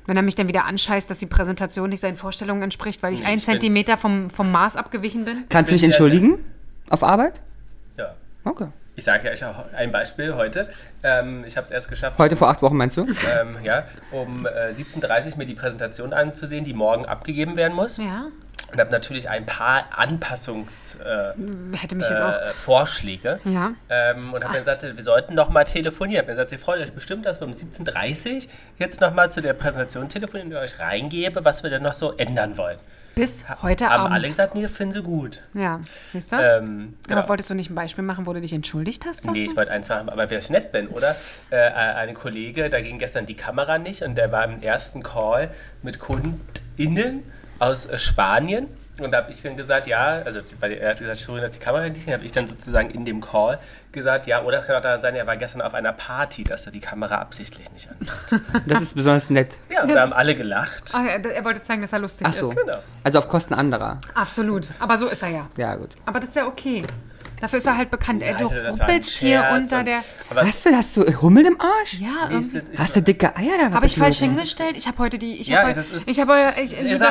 Speaker 3: Wenn er mich dann wieder anscheißt, dass die Präsentation nicht seinen Vorstellungen entspricht, weil ich
Speaker 1: Nee,
Speaker 3: einen
Speaker 1: ich bin-
Speaker 3: Zentimeter vom, vom Maß abgewichen bin.
Speaker 2: Kannst du dich
Speaker 1: bin der-
Speaker 2: entschuldigen? Auf Arbeit?
Speaker 1: Ja.
Speaker 2: Okay.
Speaker 1: Ich sage ja, ich habe ein Beispiel heute. Ähm, ich habe es erst geschafft,
Speaker 2: Heute vor acht Wochen meinst du?
Speaker 1: ähm, ja, um äh, 17.30 Uhr mir die Präsentation anzusehen, die morgen abgegeben werden muss.
Speaker 3: Ja,
Speaker 1: Und habe natürlich ein paar Anpassungs... Äh,
Speaker 3: hätte mich jetzt auch...
Speaker 1: äh, Vorschläge.
Speaker 3: Ja. Ah.
Speaker 1: Ähm, und habe dann gesagt, wir sollten noch mal telefonieren. Hab dann gesagt, ihr freut euch bestimmt, dass wir um 17.30 Uhr jetzt noch mal zu der Präsentation telefonieren und euch reingebe, was wir denn noch so ändern wollen.
Speaker 3: Bis heute
Speaker 1: Haben
Speaker 3: Abend.
Speaker 1: alle gesagt, nee, finden sie gut.
Speaker 3: Ja, siehst du?
Speaker 1: Ähm,
Speaker 3: Aber wolltest du nicht ein Beispiel machen, wo du dich entschuldigt hast? sag
Speaker 1: Nee, ich
Speaker 3: mal?
Speaker 1: wollte eins machen, aber wer ich nett bin, oder? Äh, äh, ein Kollege, da ging gestern die Kamera nicht und der war im ersten Call mit KundInnen aus äh, Spanien. Und da habe ich dann gesagt, ja, also weil er hat gesagt, Schurin, dass die Kamera nicht ging, habe ich dann sozusagen in dem Call gesagt, ja, oder es kann auch daran sein, er war gestern auf einer Party, dass er die Kamera absichtlich nicht an.
Speaker 2: Das ist besonders nett.
Speaker 1: Ja, und
Speaker 3: Das
Speaker 1: da haben
Speaker 3: ist-
Speaker 1: alle gelacht.
Speaker 3: Ach, Ah, er, er wollte zeigen, dass er lustig
Speaker 2: Ach so.
Speaker 3: ist.
Speaker 1: Genau.
Speaker 2: Also auf Kosten anderer.
Speaker 3: Absolut. Aber so ist er ja.
Speaker 2: Ja, gut.
Speaker 3: Aber das ist ja okay. Dafür ist er halt bekannt. Ey,
Speaker 1: Alter,
Speaker 3: du
Speaker 1: das war ein
Speaker 3: ruppelst hier
Speaker 1: Scherz
Speaker 3: unter
Speaker 1: und-
Speaker 3: der...
Speaker 1: Aber
Speaker 2: Hast du, hast du Hummeln im Arsch?
Speaker 3: Ja,
Speaker 1: nee, ist
Speaker 3: irgendwie.
Speaker 1: jetzt- ich-
Speaker 2: Hast du dicke Eier da?
Speaker 3: Habe ich falsch hingestellt? Ich habe heute die. Ich
Speaker 1: Ja,
Speaker 3: habe,
Speaker 1: das ist-
Speaker 3: ich habe, ich, liebe,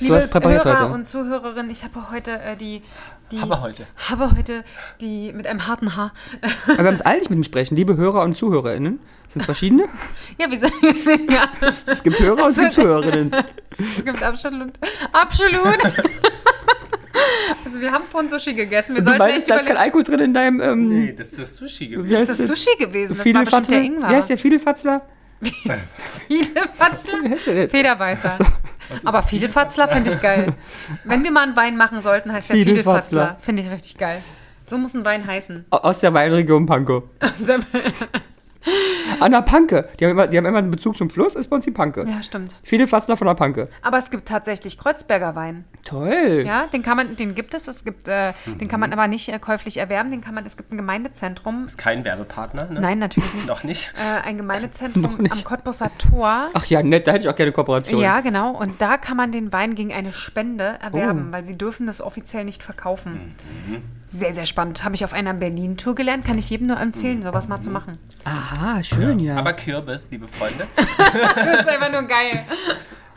Speaker 3: liebe
Speaker 2: hast präpariert
Speaker 3: Hörer
Speaker 2: heute.
Speaker 3: und Zuhörerinnen, ich habe heute äh, die, die.
Speaker 1: Habe heute.
Speaker 3: Habe heute die mit einem harten Haar.
Speaker 2: Aber wir haben es eilig mit dem Sprechen, liebe Hörer und ZuhörerInnen. Sind verschiedene?
Speaker 3: ja, wie sagen ja,
Speaker 2: Es gibt Hörer und es gibt Zuhörerinnen.
Speaker 3: es gibt absolut, absolut. also wir haben vorhin Sushi gegessen. Wir
Speaker 2: Du
Speaker 3: sollten
Speaker 2: meinst,
Speaker 3: echt
Speaker 2: Also da ist kein
Speaker 3: überlegen.
Speaker 2: Alkohol drin in deinem. Ähm,
Speaker 1: nee, das ist Sushi
Speaker 2: wie
Speaker 1: gewesen.
Speaker 2: heißt
Speaker 3: Das ist Sushi gewesen. Das war bestimmt
Speaker 2: Fiedelfatzler?
Speaker 3: der Ingwer.
Speaker 2: Wie heißt der Fiedelfatzler?
Speaker 3: Fiedelfatzler?
Speaker 2: Wie heißt der denn?
Speaker 3: Federweißer. Aber Fiedelfatzler finde ich geil. Wenn wir mal einen Wein machen sollten, heißt der
Speaker 2: Fiedelfatzler.
Speaker 3: Fiedelfatzler. Finde ich richtig geil. So muss ein Wein heißen.
Speaker 2: Au- Aus der Weinregion Pankow. An der Panke. Die haben, immer, die haben immer einen Bezug zum Fluss, ist bei uns die Panke.
Speaker 3: ja, stimmt.
Speaker 2: Fiedelfatzler von der Panke.
Speaker 3: Aber es gibt tatsächlich Kreuzberger Wein.
Speaker 2: Toll.
Speaker 3: Ja, den kann man, den gibt es. Es gibt, äh, den kann man aber nicht äh, käuflich erwerben. Den kann man, es gibt ein Gemeindezentrum.
Speaker 1: Kein Werbepartner, ne?
Speaker 3: Nein, natürlich nicht.
Speaker 1: Noch nicht.
Speaker 3: Äh, ein Gemeindezentrum
Speaker 2: Noch nicht.
Speaker 3: am Cottbusser Tor.
Speaker 2: Ach ja, nett, da hätte ich auch gerne Kooperation.
Speaker 3: Ja, genau. Und da kann man den Wein gegen eine Spende erwerben,
Speaker 2: Oh.
Speaker 3: weil sie dürfen das offiziell nicht verkaufen.
Speaker 2: Mhm.
Speaker 3: Sehr, sehr spannend. Habe ich auf einer Berlin-Tour gelernt. Kann ich jedem nur
Speaker 2: Mhm.
Speaker 3: empfehlen, sowas mal zu machen.
Speaker 2: Aha, schön, ja.
Speaker 1: Aber Kürbis, liebe Freunde.
Speaker 3: Das ist einfach nur geil.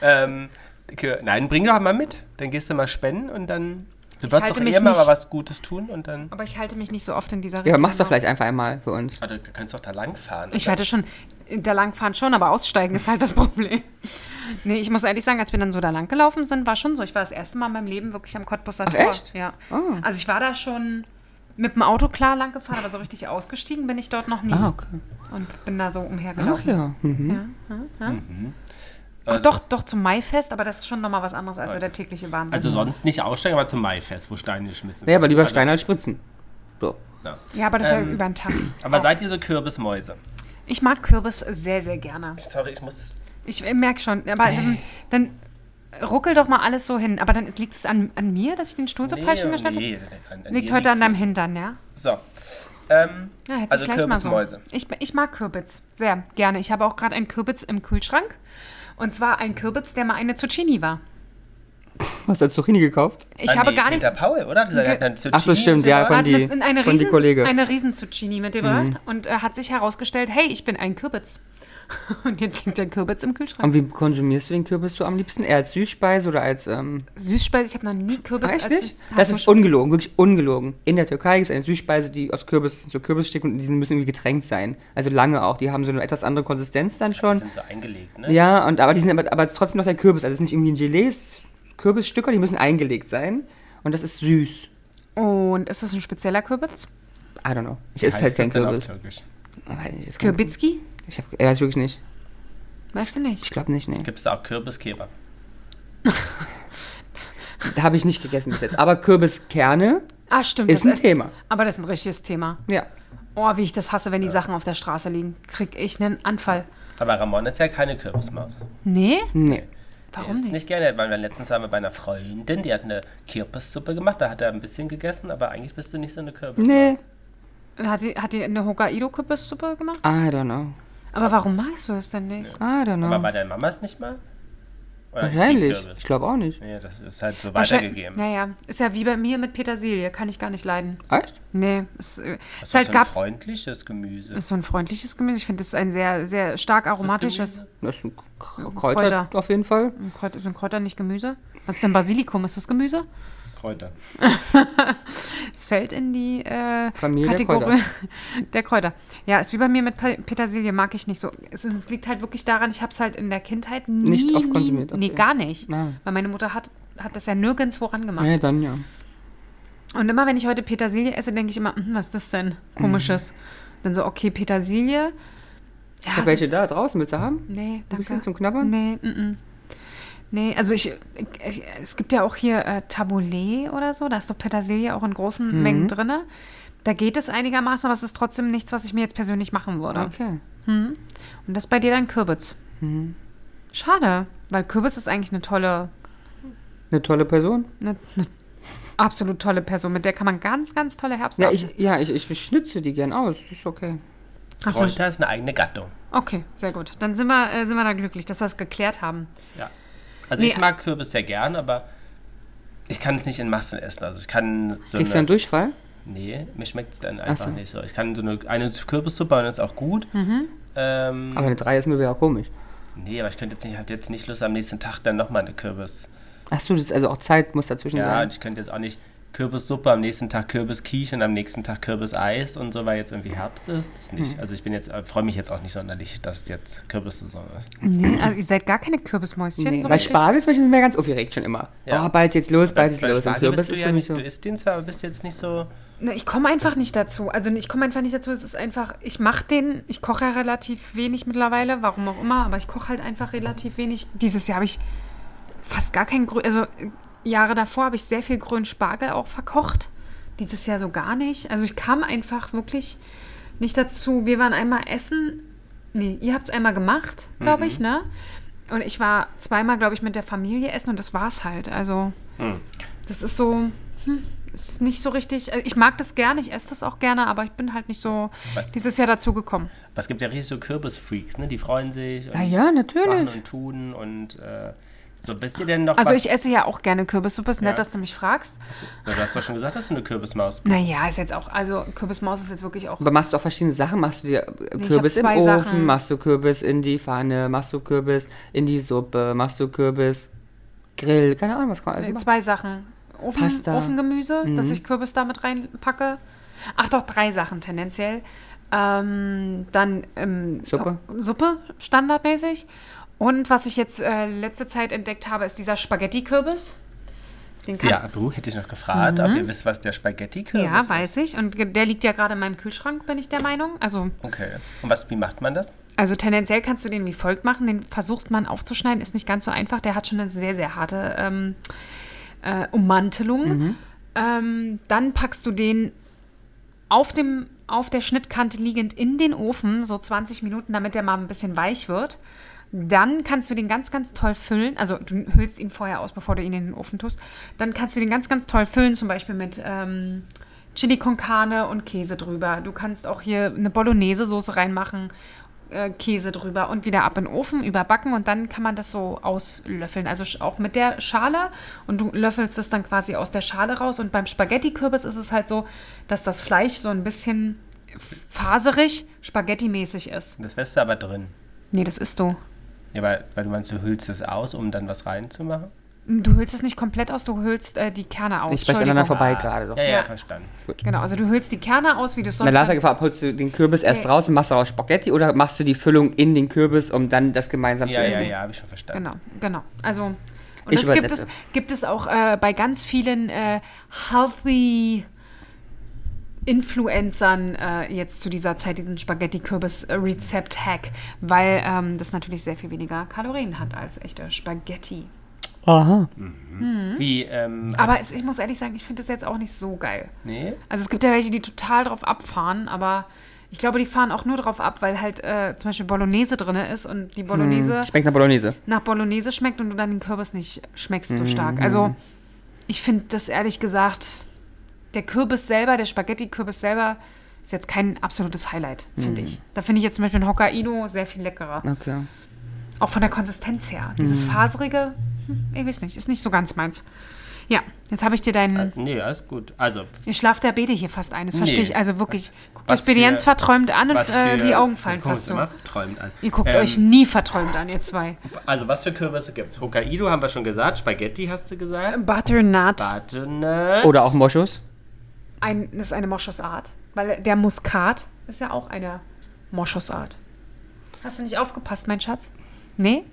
Speaker 1: Ähm, Kür- nein, bring doch mal mit. Dann gehst du mal spenden und dann. Du wirst
Speaker 3: halte
Speaker 1: doch
Speaker 3: mich
Speaker 1: eh mal
Speaker 3: nicht-
Speaker 1: was Gutes tun und dann.
Speaker 3: Aber ich halte mich nicht so oft in dieser
Speaker 2: ja,
Speaker 3: Richtung
Speaker 2: mach's doch
Speaker 3: auf.
Speaker 2: vielleicht einfach einmal für uns.
Speaker 1: Warte, du kannst doch da langfahren.
Speaker 3: Ich werde schon da langfahren schon, aber aussteigen ist halt das Problem. Nee, ich muss ehrlich sagen, als wir dann so da lang gelaufen sind, war schon so. Ich war das erste Mal in meinem Leben wirklich am Cottbusser
Speaker 2: Ach,
Speaker 3: Tor.
Speaker 2: echt?
Speaker 3: Ja.
Speaker 2: Ah.
Speaker 3: Also ich war da schon mit dem Auto klar lang gefahren, aber so richtig ausgestiegen bin ich dort noch nie.
Speaker 2: Ah, okay.
Speaker 3: Und bin da so umhergelaufen.
Speaker 2: Ach ja. Mhm.
Speaker 1: Also,
Speaker 3: Ach, doch, doch zum Maifest, aber das ist schon nochmal was anderes als so der tägliche Wahnsinn.
Speaker 1: Also sonst nicht aussteigen, aber zum Maifest, wo Steine geschmissen
Speaker 2: Nee, aber lieber
Speaker 1: Also,
Speaker 2: Stein als Spritzen. So.
Speaker 1: ja.
Speaker 3: ja, aber das ist ja über den Tag.
Speaker 1: ähm, Aber seid ihr so Kürbismäuse?
Speaker 3: Ich mag Kürbis sehr, sehr gerne.
Speaker 1: Sorry, ich muss.
Speaker 3: Ich merke schon, aber
Speaker 1: Äh.
Speaker 3: dann, dann ruckel doch mal alles so hin. Aber dann liegt es an, an mir, dass ich den Stuhl so falsch hingestellt habe?
Speaker 1: nee, an- an
Speaker 3: Liegt
Speaker 1: dir
Speaker 3: heute an
Speaker 1: liegt's
Speaker 3: deinem
Speaker 1: nicht.
Speaker 3: Hintern, ja?
Speaker 1: So. Ähm,
Speaker 3: Ja, hätte
Speaker 1: also
Speaker 3: ich gleich mal so.
Speaker 1: Kürbismäuse.
Speaker 3: Ich, ich mag Kürbis sehr gerne. Ich habe auch gerade einen Kürbis im Kühlschrank. Und zwar ein Kürbis, der mal eine Zucchini war.
Speaker 2: Hast du als Zucchini gekauft?
Speaker 3: Ich
Speaker 1: Ah,
Speaker 3: habe
Speaker 1: nee,
Speaker 3: gar nicht.
Speaker 1: Peter Paul, oder? Der hat eine
Speaker 2: Ach so,
Speaker 1: Zucchini
Speaker 2: stimmt,
Speaker 3: Äh,
Speaker 2: ja,
Speaker 1: mitgebracht.
Speaker 2: von die,
Speaker 3: eine, eine,
Speaker 2: von die
Speaker 3: riesen,
Speaker 2: Kollege. Mhm.
Speaker 3: eine riesen Zucchini mitgebracht und äh, hat sich herausgestellt, hey, ich bin ein Kürbis. Und jetzt liegt der Kürbis im Kühlschrank.
Speaker 2: Und wie konsumierst du den Kürbis so am liebsten? Eher als Süßspeise oder als. Ähm,
Speaker 3: Süßspeise, ich habe noch nie Kürbis.
Speaker 2: Weiß ich
Speaker 3: als-
Speaker 2: nicht.
Speaker 3: Hast
Speaker 2: Das
Speaker 3: du
Speaker 2: ist
Speaker 3: schon-
Speaker 2: ungelogen, wirklich ungelogen. In der Türkei gibt es eine Süßspeise, die aus Kürbis, so Kürbisstücken und die müssen irgendwie getränkt sein. Also lange auch. Die haben so eine etwas andere Konsistenz dann
Speaker 1: Die
Speaker 2: schon.
Speaker 1: sind so eingelegt, ne?
Speaker 2: Ja, und aber die sind aber, aber es ist trotzdem noch der Kürbis. Also es ist nicht irgendwie ein Gelee, es ist Kürbisstücke, die müssen eingelegt sein. Und das ist süß.
Speaker 3: Und ist das ein spezieller Kürbis?
Speaker 2: Mhm. I don't know. Ich esse halt
Speaker 1: Heißt das
Speaker 2: kein
Speaker 1: denn auf
Speaker 2: Kürbis.
Speaker 1: Türkisch?
Speaker 2: Weiß nicht, ist kein-
Speaker 3: Kürbitski?
Speaker 2: Ich hab, ja, ist wirklich nicht.
Speaker 3: Weißt du nicht?
Speaker 2: Ich glaube nicht, nee.
Speaker 1: Gibt es da auch Kürbiskebab?
Speaker 2: Da habe ich nicht gegessen bis jetzt. Aber Kürbiskerne
Speaker 3: Ah, stimmt.
Speaker 2: Ist
Speaker 3: das
Speaker 2: ein Thema.
Speaker 3: Aber das ist ein richtiges Thema.
Speaker 2: Ja.
Speaker 3: Oh, wie ich das hasse, wenn die Sachen auf der Straße liegen. Krieg ich einen Anfall.
Speaker 1: Aber Ramon ist ja keine Kürbismaus.
Speaker 3: Nee?
Speaker 2: Nee.
Speaker 3: Warum
Speaker 1: Ist
Speaker 3: nicht?
Speaker 1: nicht gerne, weil wir letztens waren wir bei einer Freundin, die hat eine Kürbissuppe gemacht, da hat er ein bisschen gegessen, aber eigentlich bist du nicht so eine Kürbis.
Speaker 2: Nee.
Speaker 3: Hat die, hat die eine Hokkaido-Kürbissuppe gemacht?
Speaker 2: I don't know.
Speaker 3: Aber warum magst du es denn nicht?
Speaker 2: I don't know.
Speaker 1: Aber bei deiner Mama ist nicht mal? Oder ist die
Speaker 2: Ah, ähm, Wahrscheinlich.
Speaker 1: Kürbis?
Speaker 2: Ich glaube auch nicht.
Speaker 1: Nee, das ist halt so
Speaker 3: Wahrscheinlich-
Speaker 1: weitergegeben.
Speaker 3: Naja, ist ja wie bei mir mit Petersilie. Kann ich gar nicht leiden.
Speaker 2: Echt?
Speaker 3: Nee, es äh,
Speaker 1: Das
Speaker 3: ist halt
Speaker 1: so ein
Speaker 3: gab's.
Speaker 1: freundliches Gemüse.
Speaker 3: Ist so ein freundliches Gemüse. Ich finde, das ist ein sehr, sehr stark
Speaker 1: das
Speaker 3: aromatisches.
Speaker 1: Gemüse?
Speaker 2: Das ist ein K-
Speaker 3: Hm, Kräuter.
Speaker 2: Kräuter auf jeden Fall.
Speaker 3: Ein Kräuter, sind Kräuter nicht Gemüse? Was ist denn Basilikum? Ist das Gemüse?
Speaker 1: Kräuter.
Speaker 3: Es fällt in die äh,
Speaker 2: Familie der
Speaker 3: Kategorie der Kräuter. Ja, ist wie bei mir mit Pa- Petersilie, mag ich nicht so. Es, es liegt halt wirklich daran, ich habe es halt in der Kindheit nie,
Speaker 2: Nicht oft konsumiert,
Speaker 3: Nie, nee,
Speaker 2: okay.
Speaker 3: gar nicht.
Speaker 2: Nein.
Speaker 3: Weil meine Mutter hat, hat das ja nirgendwo rangemacht.
Speaker 2: Ja, dann ja.
Speaker 3: Und immer, wenn ich heute Petersilie esse, denke ich immer, "Hm, was ist das denn? Komisches. Dann so, okay, Petersilie. Ja,
Speaker 2: Mhm. Ich hab
Speaker 3: es
Speaker 2: welche
Speaker 3: ist-
Speaker 2: da draußen, willst du haben?
Speaker 3: Nee, danke.
Speaker 2: bisschen zum Knabbern?
Speaker 3: Nee, mm, mm. Nee, also ich, ich, es gibt ja auch hier äh, Taboulet oder so, da ist doch Petersilie auch in großen
Speaker 2: Mhm.
Speaker 3: Mengen drin. Da geht es einigermaßen, aber es ist trotzdem nichts, was ich mir jetzt persönlich machen würde.
Speaker 2: Ah, Okay. Mhm.
Speaker 3: Und das ist bei dir dann Kürbis. Schade, weil Kürbis ist eigentlich eine tolle,
Speaker 2: Eine tolle Person.
Speaker 3: eine, eine absolut tolle Person. Mit der kann man ganz, ganz tolle Herbst
Speaker 2: Ja, ich, ja ich, ich schnitze die gern aus. Ist okay.
Speaker 3: Achso,
Speaker 1: Kräuter ist eine eigene Gattung.
Speaker 3: okay, sehr gut. Dann sind wir, äh, sind wir da glücklich, dass wir es geklärt haben.
Speaker 1: Ja. Also
Speaker 3: Nee,
Speaker 1: ich mag Kürbis sehr gern, aber ich kann es nicht in Massen essen. Also ich kann so
Speaker 2: Kriegst du einen
Speaker 1: eine,
Speaker 2: Durchfall?
Speaker 1: Nee, mir schmeckt es dann einfach
Speaker 2: so.
Speaker 1: nicht so. Ich kann so eine, eine Kürbissuppe und das ist auch gut. Ähm,
Speaker 2: Aber eine 3 ist mir wieder komisch.
Speaker 1: nee, aber ich könnte jetzt nicht, habe jetzt nicht Lust am nächsten Tag dann nochmal eine Kürbis.
Speaker 2: Achso, das ist also auch Zeit muss dazwischen
Speaker 1: Ja,
Speaker 2: sein.
Speaker 1: und ich könnte jetzt auch nicht Kürbissuppe, am nächsten Tag Kürbiskiech und am nächsten Tag Kürbiseis und so, weil jetzt irgendwie Herbst ist. Das ist
Speaker 2: Hm.
Speaker 1: Nicht. Also ich bin jetzt, freue mich jetzt auch nicht sonderlich, dass es jetzt Kürbissaison ist.
Speaker 3: Nee, also ihr seid gar keine Kürbismäuschen.
Speaker 2: Nee,
Speaker 3: so
Speaker 2: bei
Speaker 3: richtig.
Speaker 2: Spargel zum Beispiel sind wir ganz aufgeregt schon immer.
Speaker 1: Ja.
Speaker 2: Oh, bald geht's los, bald ist
Speaker 1: Bei
Speaker 2: los. Und
Speaker 1: Spargel
Speaker 2: Kürbis
Speaker 1: bist du
Speaker 2: ist
Speaker 1: ja
Speaker 2: für mich
Speaker 1: nicht,
Speaker 2: so.
Speaker 1: du isst den zwar, aber bist jetzt nicht so.
Speaker 3: Ne, Ich komme einfach nicht dazu. Also ich komme einfach nicht dazu. Es ist einfach, ich mache den, ich koche ja relativ wenig mittlerweile, warum auch immer, aber ich koche halt einfach relativ wenig. Dieses Jahr habe ich fast gar kein Grün, also äh, Jahre davor habe ich sehr viel grünen Spargel auch verkocht. Dieses Jahr so gar nicht. Also ich kam einfach wirklich nicht dazu. Wir waren einmal essen. Nee, ihr habt es einmal gemacht, glaube ich,
Speaker 1: Mhm.
Speaker 3: ne? Und ich war zweimal, glaube ich, mit der Familie essen und das war's halt. Also
Speaker 1: Mhm.
Speaker 3: das ist so, hm, ist nicht so richtig. also Ich mag das gerne, ich esse das auch gerne, aber ich bin halt nicht so
Speaker 1: Was?
Speaker 3: dieses Jahr dazu gekommen.
Speaker 1: Aber es gibt ja richtig so Kürbisfreaks, ne? Die freuen sich. und
Speaker 2: Ah ja,
Speaker 1: machen
Speaker 2: natürlich.
Speaker 1: und tun und äh, so bist du denn noch
Speaker 3: Also
Speaker 1: was?
Speaker 3: ich esse ja auch gerne Kürbissuppe, ist nett,
Speaker 1: Ja.
Speaker 3: dass du mich fragst.
Speaker 1: Na, du hast doch schon gesagt, dass du eine Kürbismaus bist.
Speaker 3: Naja, ist jetzt auch, also Kürbismaus ist jetzt wirklich auch.
Speaker 2: Aber machst du auch verschiedene Sachen? Machst du dir äh,
Speaker 3: hab
Speaker 2: Kürbis im
Speaker 3: zwei
Speaker 2: Ofen,
Speaker 3: Sachen.
Speaker 2: machst du Kürbis in die Pfanne, machst du Kürbis in die Suppe, machst du Kürbis Grill, keine Ahnung, was also kann man alles
Speaker 3: Äh,
Speaker 2: machen.
Speaker 3: Zwei Sachen. Ofen,
Speaker 2: Pasta.
Speaker 3: Ofengemüse, dass ich Kürbis damit reinpacke. Ach doch, drei Sachen tendenziell. Ähm, dann ähm,
Speaker 2: Suppe?
Speaker 3: Suppe, standardmäßig. Und was ich jetzt äh, letzte Zeit entdeckt habe, ist dieser Spaghetti-Kürbis. Den kann
Speaker 1: Ja, du hätte ich noch
Speaker 2: Mhm.
Speaker 1: gefragt, ob ihr wisst, was der Spaghetti-Kürbis
Speaker 3: Ja,
Speaker 1: ist.
Speaker 3: weiß ich. Und ge- der liegt ja gerade in meinem Kühlschrank, bin ich der Meinung. Also,
Speaker 1: Okay. Und was, wie macht man das?
Speaker 3: also tendenziell kannst du den wie folgt machen. Den versucht man aufzuschneiden, ist nicht ganz so einfach. Der hat schon eine sehr, sehr harte ähm, äh, Ummantelung. Ähm, dann packst du den auf, dem, auf der Schnittkante liegend in den Ofen, so 20 Minuten, damit der mal ein bisschen weich wird. Dann kannst du den ganz, ganz toll füllen. Also du hüllst ihn vorher aus, bevor du ihn in den Ofen tust. Dann kannst du den ganz, ganz toll füllen, zum Beispiel mit ähm, Chili con Carne und Käse drüber. Du kannst auch hier eine Bolognese-Soße reinmachen, äh, Käse drüber und wieder ab in den Ofen, überbacken und dann kann man das so auslöffeln. Also sch- auch mit der Schale und du löffelst es dann quasi aus der Schale raus. Und beim Spaghetti-Kürbis ist es halt so, dass das Fleisch so ein bisschen faserig, Spaghetti-mäßig ist.
Speaker 1: Das lässt du aber drin.
Speaker 3: Nee, das isst du.
Speaker 1: Ja, weil, weil du meinst, du hüllst es aus, um dann was reinzumachen?
Speaker 3: Hm, Du hüllst es nicht komplett aus, du hüllst äh, die Kerne aus.
Speaker 2: Ich spreche
Speaker 3: Entschuldigung.
Speaker 2: aneinander vorbei gerade doch.
Speaker 1: Ja, ja,
Speaker 3: Ja.
Speaker 1: verstanden.
Speaker 3: Genau, also du hüllst die Kerne aus, wie du es sonst. halt-
Speaker 2: Na, Lars hat gefragt, ob holst du den Kürbis erst
Speaker 3: Nee.
Speaker 2: raus und machst daraus Spaghetti oder machst du die Füllung in den Kürbis, um dann das gemeinsam
Speaker 1: Ja,
Speaker 2: zu
Speaker 1: ja,
Speaker 2: essen?
Speaker 1: ja, habe ich schon verstanden.
Speaker 3: Genau, genau. Also, und
Speaker 2: Ich
Speaker 3: das gibt
Speaker 2: übersetze.
Speaker 3: es, gibt es auch äh, bei ganz vielen äh, Healthy Influencern äh, jetzt zu dieser Zeit diesen Spaghetti-Kürbis-Rezept-Hack, weil ähm, das natürlich sehr viel weniger Kalorien hat als echte Spaghetti.
Speaker 2: Aha.
Speaker 3: Genau.
Speaker 1: Wie, ähm,
Speaker 3: Aber es, ich muss ehrlich sagen, ich finde das jetzt auch nicht so geil.
Speaker 1: nee?
Speaker 3: Also es gibt ja welche, die total drauf abfahren, aber ich glaube, die fahren auch nur drauf ab, weil halt äh, zum Beispiel Bolognese drin ist und die Bolognese
Speaker 2: Schmeckt nach Bolognese.
Speaker 3: nach Bolognese schmeckt und du dann den Kürbis nicht schmeckst
Speaker 1: Mhm.
Speaker 3: so stark. Also ich finde das ehrlich gesagt, der Kürbis selber, der Spaghetti-Kürbis selber, ist jetzt kein absolutes Highlight, finde
Speaker 1: Mhm.
Speaker 3: ich. Da finde ich jetzt zum Beispiel ein Hokkaido sehr viel leckerer.
Speaker 2: Okay.
Speaker 3: Auch von der Konsistenz her. Dieses
Speaker 1: Mhm.
Speaker 3: faserige, hm, ich weiß nicht, ist nicht so ganz meins. Ja, jetzt habe ich dir deinen.
Speaker 1: Ah, Nee, alles gut. Also,
Speaker 3: Ihr schlaft der Bede hier fast ein, das verstehe
Speaker 1: Nee.
Speaker 3: ich. Also wirklich, guckt
Speaker 1: was
Speaker 3: euch Bede
Speaker 1: wir-
Speaker 3: Jens verträumt an und
Speaker 1: was
Speaker 3: äh,
Speaker 1: für-
Speaker 3: die Augen fallen
Speaker 1: Wir gucken
Speaker 3: fast
Speaker 1: uns
Speaker 3: so.
Speaker 1: immer verträumt an.
Speaker 3: Ihr guckt
Speaker 1: Ähm,
Speaker 3: euch nie verträumt an, ihr zwei.
Speaker 1: Also, was für Kürbisse gibt's? Hokkaido haben wir schon gesagt. Spaghetti hast du
Speaker 3: Ähm.
Speaker 1: gesagt. ne?
Speaker 3: Butternut.
Speaker 1: Butternut.
Speaker 2: Oder auch Moschus.
Speaker 3: ein, das ist eine Moschusart, weil der Muskat ist ja auch eine Moschusart. Hast du nicht aufgepasst, mein Schatz? Nee?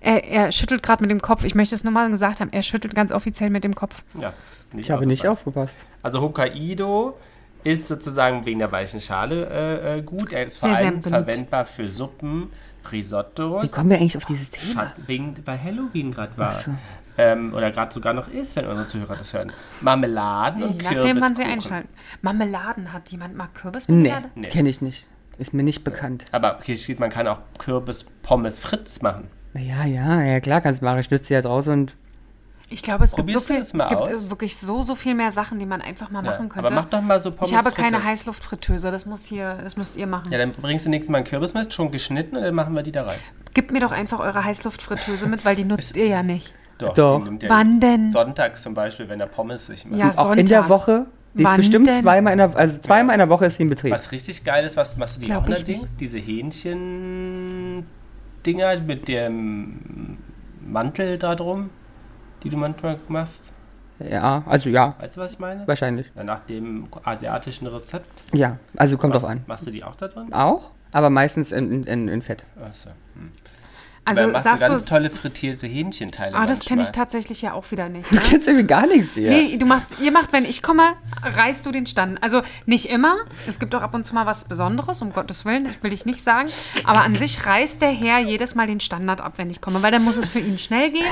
Speaker 3: Er, er schüttelt gerade mit dem Kopf. Ich möchte es nur mal gesagt haben. Er schüttelt ganz offiziell mit dem Kopf.
Speaker 1: Ja, nicht
Speaker 2: Ich habe nicht
Speaker 1: aufgepasst.
Speaker 2: aufgepasst.
Speaker 1: Also, Hokkaido ist sozusagen wegen der weichen Schale äh, äh, gut. Er ist vor
Speaker 3: Sehr, sehr
Speaker 1: allem
Speaker 3: beliebt.
Speaker 1: verwendbar für Suppen, Risottos.
Speaker 2: Wie kommen wir eigentlich auf dieses Thema?
Speaker 1: Schatten, wegen, weil Halloween gerade war. Ähm, oder gerade sogar noch ist, wenn unsere Zuhörer das hören. Marmeladen und
Speaker 3: Je nachdem, wann sie
Speaker 1: Kürbiskuchen.
Speaker 3: einschalten. Marmeladen hat jemand mal
Speaker 2: Nee,
Speaker 3: Kürbismarmelade?
Speaker 1: Nee.
Speaker 2: kenne ich nicht. Ist mir nicht bekannt.
Speaker 1: Aber okay, steht, man kann auch Kürbis-Pommes Fritz machen.
Speaker 2: Ja, ja, ja, klar kannst du machen. Ich schnitze sie ja draus und
Speaker 3: Ich glaube, es gibt so
Speaker 1: Probierst du
Speaker 3: viel, es
Speaker 1: das mal
Speaker 3: gibt
Speaker 1: aus?
Speaker 3: äh, wirklich so, so viel mehr Sachen, die man einfach mal
Speaker 1: Ja,
Speaker 3: machen könnte.
Speaker 1: aber mach doch mal so Pommes
Speaker 3: ich habe keine
Speaker 1: Frites.
Speaker 3: Heißluftfritteuse, das muss hier, das müsst ihr machen.
Speaker 1: Ja, dann bringst du nächstes Mal einen Kürbis mit, schon geschnitten, und dann machen wir die da rein.
Speaker 3: Gebt mir doch einfach eure Heißluftfritteuse mit, weil die nutzt ihr ja nicht.
Speaker 1: Doch.
Speaker 2: Doch.
Speaker 1: die nimmt ja
Speaker 3: Wann denn?
Speaker 1: Sonntags zum Beispiel, wenn der Pommes sich macht.
Speaker 3: Ja,
Speaker 2: auch in der
Speaker 3: sonntags.
Speaker 2: Woche. Die ist
Speaker 3: Wann
Speaker 2: bestimmt
Speaker 3: denn?
Speaker 2: zweimal in der also zweimal in der Woche ist sie in Betrieb.
Speaker 1: Was richtig geil ist, was machst du die
Speaker 3: Glaub
Speaker 1: auch
Speaker 3: ich
Speaker 1: allerdings? Diese Hähnchen-Dinger mit dem Mantel da drum, die du manchmal machst.
Speaker 2: Ja, also ja,
Speaker 1: Weißt du, was ich meine?
Speaker 2: wahrscheinlich.
Speaker 1: Ja, Nach dem asiatischen Rezept.
Speaker 2: Ja, also kommt
Speaker 1: Was,
Speaker 2: drauf an.
Speaker 1: Machst du die auch da drin?
Speaker 2: Auch, aber meistens in, in, in Fett.
Speaker 1: Achso.
Speaker 3: Also
Speaker 1: machst du
Speaker 3: sagst du,
Speaker 1: ganz tolle frittierte Hähnchenteile.
Speaker 3: ah, das kenne ich
Speaker 1: manchmal.
Speaker 3: tatsächlich ja auch wieder nicht.
Speaker 2: Du
Speaker 3: Ne?
Speaker 2: kennst irgendwie gar nichts hier.
Speaker 3: Nee, du machst, ihr macht, wenn ich komme, reißt du den Stand. Also nicht immer. Es gibt auch ab und zu mal was Besonderes, um Gottes Willen, ich will ich nicht sagen. Aber an sich reißt der Herr jedes Mal den Standard ab, wenn ich komme, weil dann muss es für ihn schnell gehen.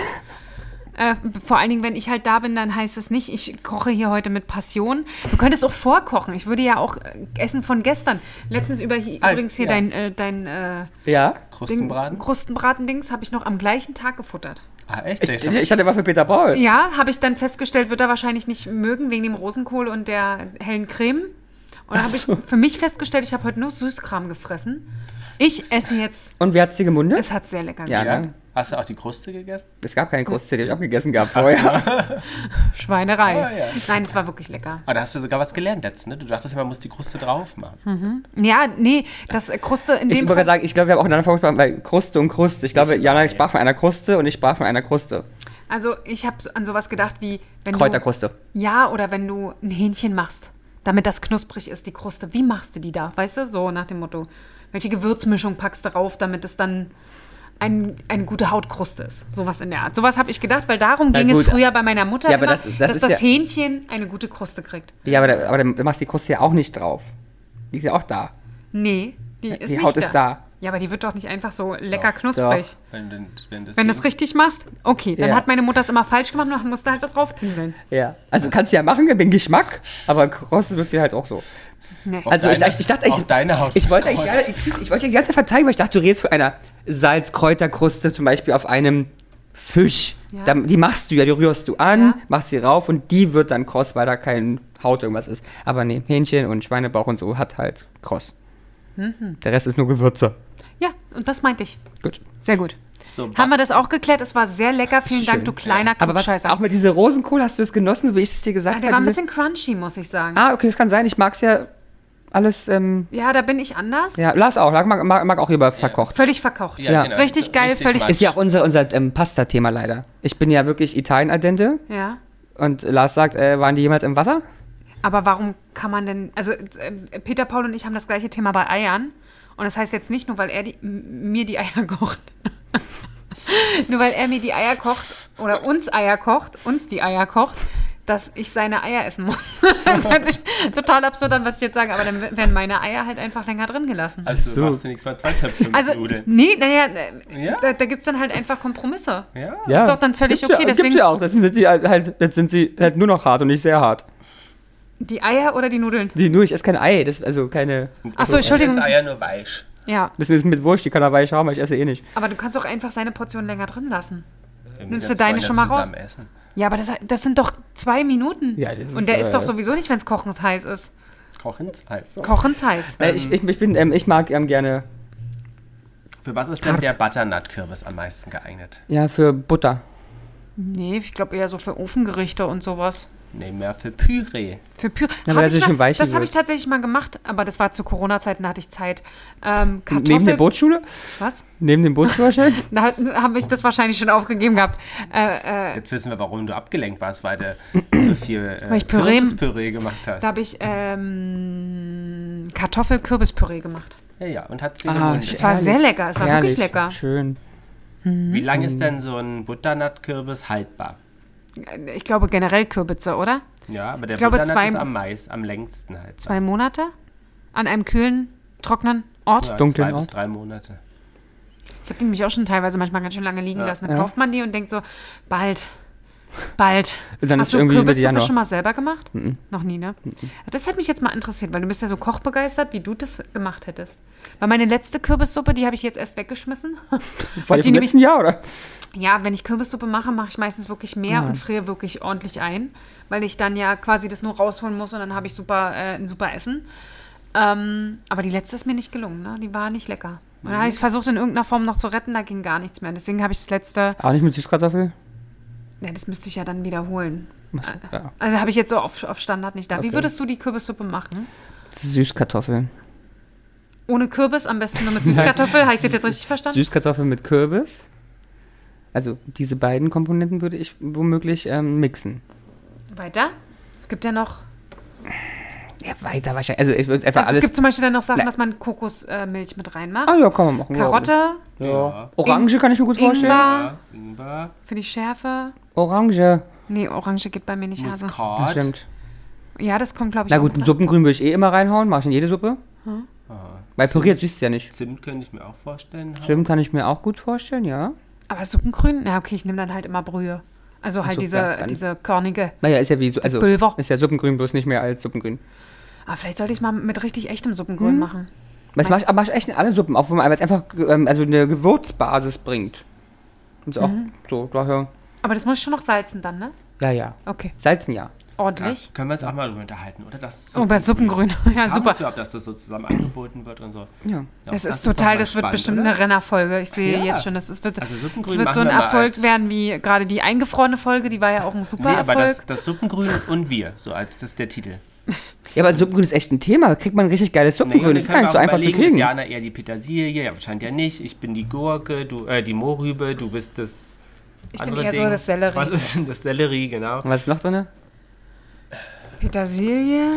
Speaker 3: Äh, vor allen Dingen, wenn ich halt da bin, dann heißt es nicht, ich koche hier heute mit Passion. Du könntest auch vorkochen. Ich würde ja auch äh, Essen von gestern. Letztens über hier,
Speaker 1: Ah,
Speaker 3: übrigens hier
Speaker 1: ja.
Speaker 3: dein, äh, dein äh,
Speaker 2: Ja?
Speaker 3: Ding-
Speaker 1: Krustenbraten?
Speaker 3: Krustenbraten-Dings habe ich noch am gleichen Tag gefuttert.
Speaker 1: Ah, echt?
Speaker 2: Ich, ich hatte mal für Peter Paul.
Speaker 3: Ja, habe ich dann festgestellt, wird er wahrscheinlich nicht mögen wegen dem Rosenkohl und der hellen Creme. Und dann habe ich für mich festgestellt, ich habe heute nur Süßkram gefressen. Ich esse jetzt.
Speaker 2: Und wer hat sie gemundet?
Speaker 3: Es hat sehr lecker
Speaker 2: Ja,
Speaker 1: Ja.
Speaker 2: ne?
Speaker 1: Hast du auch die Kruste gegessen?
Speaker 2: Es gab keinen Kruste, den ich abgegessen gehabt vorher.
Speaker 3: Schweinerei.
Speaker 1: Ah, ja.
Speaker 3: Nein, es war wirklich lecker.
Speaker 1: Ah, da hast du sogar was gelernt jetzt, ne? Du dachtest, man muss die Kruste drauf machen.
Speaker 3: Hm. Ja, nee, das äh, Kruste in
Speaker 2: Ich
Speaker 3: dem
Speaker 2: wollte
Speaker 3: Fall,
Speaker 2: sagen, ich glaube, wir haben auch einander vorgesprochen, weil Kruste und Kruste. Ich glaube,
Speaker 1: Ich
Speaker 2: Jana
Speaker 1: weiß.
Speaker 2: sprach von einer Kruste und ich sprach von einer Kruste.
Speaker 3: also ich habe an sowas gedacht wie wenn
Speaker 2: Kräuterkruste.
Speaker 3: Du, ja, oder wenn du ein Hähnchen machst, damit das knusprig ist, die Kruste. Wie machst du die da? Weißt du, so nach dem Motto, welche Gewürzmischung packst du drauf, damit es dann ein, eine gute Hautkruste ist. Sowas in der Art. Sowas habe ich gedacht, weil darum
Speaker 2: Na
Speaker 3: ging es
Speaker 2: gut.
Speaker 3: früher bei meiner Mutter
Speaker 2: Ja, aber
Speaker 3: immer,
Speaker 2: das- das
Speaker 3: dass
Speaker 2: ist
Speaker 3: das
Speaker 2: ja-
Speaker 3: Hähnchen eine gute Kruste kriegt.
Speaker 2: Ja, aber, da, aber dann machst du die Kruste ja auch nicht drauf. Die ist ja auch da.
Speaker 3: Nee, die ist
Speaker 2: die
Speaker 3: nicht
Speaker 2: Haut ist da.
Speaker 3: Ja, aber die wird doch nicht einfach so lecker
Speaker 1: Doch,
Speaker 3: knusprig.
Speaker 2: doch.
Speaker 1: Wenn, wenn, wenn das
Speaker 3: Wenn du es richtig machst, okay, dann
Speaker 2: Ja.
Speaker 3: hat meine Mutter es immer falsch gemacht und musste halt was raufpinseln.
Speaker 2: Ja. Also kannst du ja machen, wegen Geschmack, aber Kruste wird dir halt auch so.
Speaker 3: Nee.
Speaker 1: Auf
Speaker 2: Also ich,
Speaker 1: deine-
Speaker 2: ich dachte, ich,
Speaker 1: auf deine Haut
Speaker 2: ich wollte eigentlich,
Speaker 1: Kruste.
Speaker 2: ich, ich wollte eigentlich die ganze Zeit verteidigen, weil ich dachte, du redest von einer Salz-Kräuterkruste zum Beispiel auf einem Fisch.
Speaker 3: Ja.
Speaker 2: Dann- die machst du ja, die rührst du an,
Speaker 3: Ja.
Speaker 2: machst sie rauf und die wird dann kross, weil da kein Haut irgendwas ist. Aber nee, Hähnchen und Schweinebauch und so hat halt kross.
Speaker 3: Mhm.
Speaker 2: Der Rest ist nur Gewürze.
Speaker 3: Ja, und das meinte ich.
Speaker 2: Gut.
Speaker 3: Sehr gut.
Speaker 1: So,
Speaker 3: Haben wir das auch geklärt? Es war sehr lecker. Vielen Dank,
Speaker 2: Schön.
Speaker 3: du kleiner
Speaker 2: Aber was,
Speaker 3: Klugscheißer.
Speaker 2: auch mit dieser Rosenkohl hast du es genossen, wie ich es dir gesagt
Speaker 3: Ah,
Speaker 2: habe?
Speaker 3: der war ein
Speaker 2: dieses-
Speaker 3: bisschen crunchy, muss ich sagen.
Speaker 2: ah, okay, das kann sein. Ich mag es ja alles, ähm,
Speaker 3: Ja, da bin ich anders.
Speaker 2: ja, Lars auch. Lars mag, mag, mag auch lieber verkocht.
Speaker 3: Völlig verkocht.
Speaker 1: Ja,
Speaker 2: Ja.
Speaker 1: genau.
Speaker 3: Richtig geil, völlig-
Speaker 1: Matsch.
Speaker 2: Ist ja auch unser, unser ähm, Pasta-Thema leider. Ich bin ja wirklich Italien-Adente
Speaker 3: Ja.
Speaker 2: und Lars sagt, äh, waren die jemals im Wasser?
Speaker 3: Aber warum kann man denn. Also, äh, Peter, Paul und ich haben das gleiche Thema bei Eiern. Und das heißt jetzt nicht nur, weil er die, m- mir die Eier kocht. nur weil er mir die Eier kocht oder uns Eier kocht, uns die Eier kocht, dass ich seine Eier essen muss. Das hört sich total absurd an, was ich jetzt sage, aber dann werden meine Eier halt einfach länger drin gelassen.
Speaker 1: Also
Speaker 2: So.
Speaker 1: machst du nichts mal zwei Töpfe mit
Speaker 3: Also,
Speaker 1: Nudeln.
Speaker 3: nee, naja, äh,
Speaker 1: Ja?
Speaker 3: da, da gibt es dann halt einfach Kompromisse.
Speaker 1: Ja.
Speaker 2: Ja.
Speaker 3: doch dann völlig
Speaker 2: gibt's
Speaker 3: okay,
Speaker 2: Ja,
Speaker 3: deswegen-
Speaker 2: Gibt's ja auch. Das sind sie halt, jetzt sind sie halt nur noch hart und nicht sehr hart.
Speaker 3: Die Eier oder die Nudeln?
Speaker 2: Die, nur ich esse kein Ei, das, also keine.
Speaker 3: Achso, Entschuldigung.
Speaker 1: Das Eier nur weich.
Speaker 3: Ja,
Speaker 2: Das ist mit Wurst, die kann er weich haben, weil ich esse eh nicht.
Speaker 3: aber du kannst auch einfach seine Portion länger drin lassen.
Speaker 1: Wir müssen
Speaker 3: Nimmst
Speaker 1: das
Speaker 3: du deine
Speaker 1: vorher
Speaker 3: schon mal raus?
Speaker 1: zusammen Essen.
Speaker 3: Ja, aber das, das sind doch zwei Minuten.
Speaker 2: Ja, das ist,
Speaker 3: Und der ist
Speaker 2: äh,
Speaker 3: doch sowieso nicht, wenn es kochens heiß ist.
Speaker 1: Kochens heiß.
Speaker 3: Kochens heiß.
Speaker 2: Äh, ich, ich, ich, bin, ähm, ich mag ähm, gerne
Speaker 1: Für was ist denn der Butternut-Kürbis am meisten geeignet?
Speaker 2: ja, für Butter.
Speaker 3: Nee, ich glaube eher so für Ofengerichte und sowas.
Speaker 1: Nee, mehr für Püree.
Speaker 3: Für Pür
Speaker 2: aber
Speaker 3: Hab
Speaker 2: das
Speaker 3: ich
Speaker 2: ist
Speaker 3: mal-
Speaker 2: schon weich
Speaker 3: Das habe
Speaker 2: wird.
Speaker 3: ich tatsächlich mal gemacht, aber das war zu Corona-Zeiten, da hatte ich Zeit. Ähm, Kartoffel
Speaker 2: Neben der Bootsschule?
Speaker 3: Was?
Speaker 2: Neben dem Bootsführerschein?
Speaker 3: Da hat- habe ich das wahrscheinlich schon aufgegeben gehabt. Äh, äh,
Speaker 1: Jetzt wissen wir, warum du abgelenkt warst, weil du so viel äh,
Speaker 3: Weil ich Püree-
Speaker 1: Kürbispüree gemacht hast.
Speaker 3: da habe ich ähm, Kartoffel-Kürbis-Püree gemacht.
Speaker 1: Ja, ja, und hat sie
Speaker 2: Ah,
Speaker 1: gewundert.
Speaker 3: Es war
Speaker 2: Ehrlich?
Speaker 3: sehr lecker, es war
Speaker 2: Herrlich.
Speaker 3: wirklich lecker.
Speaker 2: Schön.
Speaker 1: Wie lange ist denn so ein Butternut-Kürbis haltbar?
Speaker 3: Ich glaube generell Kürbisse, oder?
Speaker 1: Ja, aber der
Speaker 3: Ich glaube,
Speaker 1: Butternut
Speaker 3: zwei-
Speaker 1: ist am meist, am längsten halt.
Speaker 3: Zwei Monate an einem kühlen, trockenen Ort.
Speaker 1: ja,
Speaker 2: Dunklen
Speaker 1: zwei bis
Speaker 2: Ort.
Speaker 1: drei Monate.
Speaker 3: Ich habe die nämlich auch schon teilweise manchmal ganz schön lange liegen
Speaker 1: Ja.
Speaker 3: lassen. Dann
Speaker 2: Ja.
Speaker 3: kauft man die und denkt so, bald, bald.
Speaker 2: Und dann
Speaker 3: Hast
Speaker 2: ist
Speaker 3: du
Speaker 2: irgendwie Mitte
Speaker 3: Kürbissuppe
Speaker 2: Januar. Mhm.
Speaker 3: schon mal selber gemacht? Noch nie, ne? Das hat mich jetzt mal interessiert, weil du bist ja so kochbegeistert, wie du das gemacht hättest. Weil meine letzte Kürbissuppe, die habe ich jetzt erst weggeschmissen.
Speaker 2: Vor
Speaker 3: die
Speaker 2: dem
Speaker 3: nämlich-
Speaker 2: letzten Jahr, oder?
Speaker 3: Ja, wenn ich Kürbissuppe mache, mache ich meistens wirklich mehr und friere wirklich ordentlich ein, weil ich dann ja quasi das nur rausholen muss und dann habe ich super, äh, ein super Essen. Ähm, aber die letzte ist mir nicht gelungen, ne? die war nicht lecker. Und dann habe ich
Speaker 2: Mhm.
Speaker 3: es versucht, in irgendeiner Form noch zu retten, da ging gar nichts mehr. Und deswegen habe ich das letzte,
Speaker 2: Auch nicht mit Süßkartoffel?
Speaker 3: ne, das müsste ich ja dann wiederholen.
Speaker 2: Ja.
Speaker 3: Also habe ich jetzt so auf, auf Standard nicht da. Wie
Speaker 2: Okay.
Speaker 3: würdest du die Kürbissuppe machen?
Speaker 2: Süßkartoffeln.
Speaker 3: Ohne Kürbis, am besten nur mit Süßkartoffel. Habe ich das jetzt richtig verstanden?
Speaker 2: Süßkartoffeln mit Kürbis. Also diese beiden Komponenten würde ich womöglich ähm, mixen.
Speaker 3: Weiter? Es gibt ja noch,
Speaker 2: Ja, weiter wahrscheinlich. Also ich würde einfach
Speaker 3: also es gibt
Speaker 2: alles.
Speaker 3: zum Beispiel dann noch Sachen,
Speaker 2: Nein.
Speaker 3: dass man Kokosmilch mit reinmacht.
Speaker 2: Ah ja, kann man machen. ja.
Speaker 3: Karotte,
Speaker 2: Ja. Orange kann ich mir gut vorstellen.
Speaker 3: Ingwer,
Speaker 1: Ja, Ingwer,
Speaker 3: für die Schärfe.
Speaker 2: Orange.
Speaker 3: Nee, Orange geht bei mir nicht Hase.
Speaker 2: Ja,
Speaker 1: Muskat.
Speaker 2: stimmt.
Speaker 3: Ja, das kommt, glaube ich,
Speaker 2: Na
Speaker 3: auch
Speaker 2: gut, ein
Speaker 3: noch.
Speaker 2: Suppengrün würde ich eh immer reinhauen. Mache ich in jede Suppe.
Speaker 3: Hm.
Speaker 1: Ah,
Speaker 2: Weil püriert siehst du ja nicht.
Speaker 1: Zimt könnte ich mir auch vorstellen.
Speaker 2: Schlimm kann ich mir auch gut vorstellen, ja.
Speaker 3: Aber Suppengrün? Na, okay, ich nehme dann halt immer Brühe. Also halt
Speaker 2: so,
Speaker 3: diese,
Speaker 2: ja, dann-
Speaker 3: diese körnige.
Speaker 2: Naja, ist ja wie so. Also,
Speaker 3: Pulver.
Speaker 2: ist ja Suppengrün bloß nicht mehr als Suppengrün.
Speaker 3: Aber vielleicht sollte ich es mal mit richtig echtem Suppengrün
Speaker 1: Hm?
Speaker 3: machen.
Speaker 2: Was mach ich, aber mach ich echt in alle Suppen, auch wenn man jetzt einfach ähm, also eine Gewürzbasis bringt. Ist auch
Speaker 3: Mhm.
Speaker 2: so, daher.
Speaker 3: Aber das muss ich schon noch salzen dann, ne?
Speaker 2: Ja, ja.
Speaker 3: Okay,
Speaker 2: Salzen ja.
Speaker 1: Ja,
Speaker 3: ordentlich.
Speaker 1: können wir uns auch mal darüber unterhalten, oder? Das
Speaker 3: Oh, bei Suppengrün. Ja, super.
Speaker 1: Überhaupt, dass das so zusammen angeboten wird und so.
Speaker 2: Ja.
Speaker 3: Das ist
Speaker 1: doch
Speaker 3: total,
Speaker 1: mal
Speaker 3: das wird
Speaker 1: spannend,
Speaker 3: bestimmt
Speaker 1: oder?
Speaker 3: eine Rennerfolge. Ich sehe
Speaker 1: Ja.
Speaker 3: jetzt schon, das, es wird,
Speaker 1: Also Suppengrün
Speaker 3: es wird so
Speaker 1: machen
Speaker 3: ein
Speaker 1: wir mal
Speaker 3: Erfolg
Speaker 1: als-
Speaker 3: werden wie gerade die eingefrorene Folge, die war ja auch ein super
Speaker 1: Nee, aber das,
Speaker 3: Erfolg.
Speaker 1: das Suppengrün und wir, so als das ist der Titel.
Speaker 2: Ja, aber Suppengrün ist echt ein Thema. Da kriegt man richtig geiles Suppengrün. das ist gar nicht so einfach zu kriegen.
Speaker 1: Ist Jana eher die Petersilie, ja, wahrscheinlich ja nicht. Ich bin die Gurke, du, äh, die Mohrrübe, du bist das
Speaker 3: Ich bin
Speaker 1: andere
Speaker 3: eher
Speaker 1: Ding.
Speaker 3: so das Sellerie.
Speaker 1: Was ist denn das Sellerie, genau?
Speaker 2: Und was ist noch drin?
Speaker 3: Petersilie,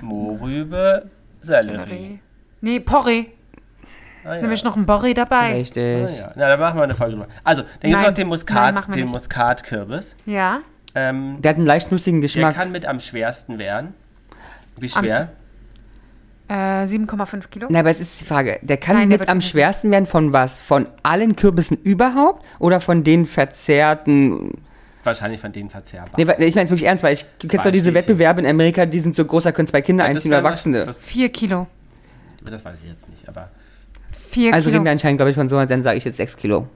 Speaker 1: Mohrrübe, Sellerie.
Speaker 3: Sellerie. Nee, Porree.
Speaker 1: Ah,
Speaker 3: Ist
Speaker 1: ja.
Speaker 3: nämlich noch ein Porree dabei.
Speaker 2: Richtig.
Speaker 1: Ah, ja. Na, dann machen wir eine Folge drüber. Also, dann gibt es
Speaker 3: Nein.
Speaker 1: noch den Muskat,
Speaker 3: Nein, machen wir
Speaker 1: den
Speaker 3: nicht.
Speaker 1: Muskatkürbis.
Speaker 3: Ja.
Speaker 1: Ähm,
Speaker 2: Der hat einen leicht nussigen
Speaker 1: der
Speaker 2: Geschmack.
Speaker 1: kann mit am schwersten werden. Wie schwer?
Speaker 3: Äh, 7,5 Kilo.
Speaker 2: Na, aber es ist die Frage. Der kann
Speaker 3: Nein, der
Speaker 2: mit
Speaker 3: wird
Speaker 2: am
Speaker 3: nicht.
Speaker 2: schwersten werden von was? Von allen Kürbissen überhaupt oder von den verzehrten?
Speaker 1: Wahrscheinlich von denen verzehrbar.
Speaker 2: Nee, weil- ich meine es wirklich ernst, weil ich kennst du
Speaker 1: Weißstäbchen.
Speaker 2: diese Wettbewerbe in Amerika, die sind so groß, da können zwei Kinder
Speaker 1: Das
Speaker 2: einziehen
Speaker 1: wär-
Speaker 2: oder Erwachsene.
Speaker 1: Das,
Speaker 3: 4 Kilo.
Speaker 1: das weiß ich jetzt nicht, aber
Speaker 3: 4
Speaker 2: Also
Speaker 3: Kilo.
Speaker 2: reden wir anscheinend, glaube ich, von so, dann sage ich jetzt 6 Kilo.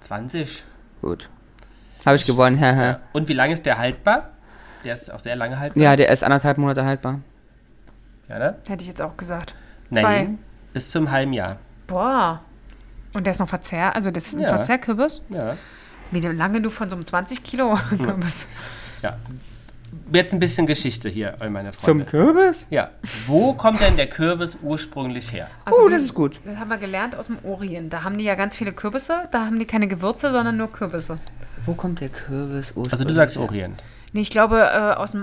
Speaker 1: 20.
Speaker 2: Gut. Habe ich gewonnen, haha.
Speaker 1: Und wie lange ist der haltbar? Der ist auch sehr lange haltbar.
Speaker 2: ja, der ist anderthalb Monate haltbar.
Speaker 1: Ja, ne?
Speaker 3: Hätte ich jetzt auch gesagt.
Speaker 1: Nein. Bis zum halben Jahr.
Speaker 3: Boah. Und der ist noch Verzehr, also das ist ein
Speaker 1: Ja.
Speaker 3: Verzehrkürbis.
Speaker 1: Ja.
Speaker 3: Wie lange du von so einem 20 Kilo Kürbis.
Speaker 2: Uh,
Speaker 1: ja. Jetzt ein bisschen Geschichte hier, meine
Speaker 2: Zum
Speaker 1: Freunde.
Speaker 2: Kürbis?
Speaker 1: ja. Wo kommt denn der Kürbis ursprünglich her?
Speaker 2: oh,
Speaker 3: Also wir-
Speaker 2: das ist gut.
Speaker 3: Das haben wir gelernt aus dem Orient. Da haben die ja ganz viele Kürbisse. Da haben die keine Gewürze, sondern nur Kürbisse.
Speaker 2: Wo kommt der Kürbis ursprünglich?
Speaker 1: Also du sagst
Speaker 2: her?
Speaker 1: Orient.
Speaker 3: Nee, ich glaube äh, aus dem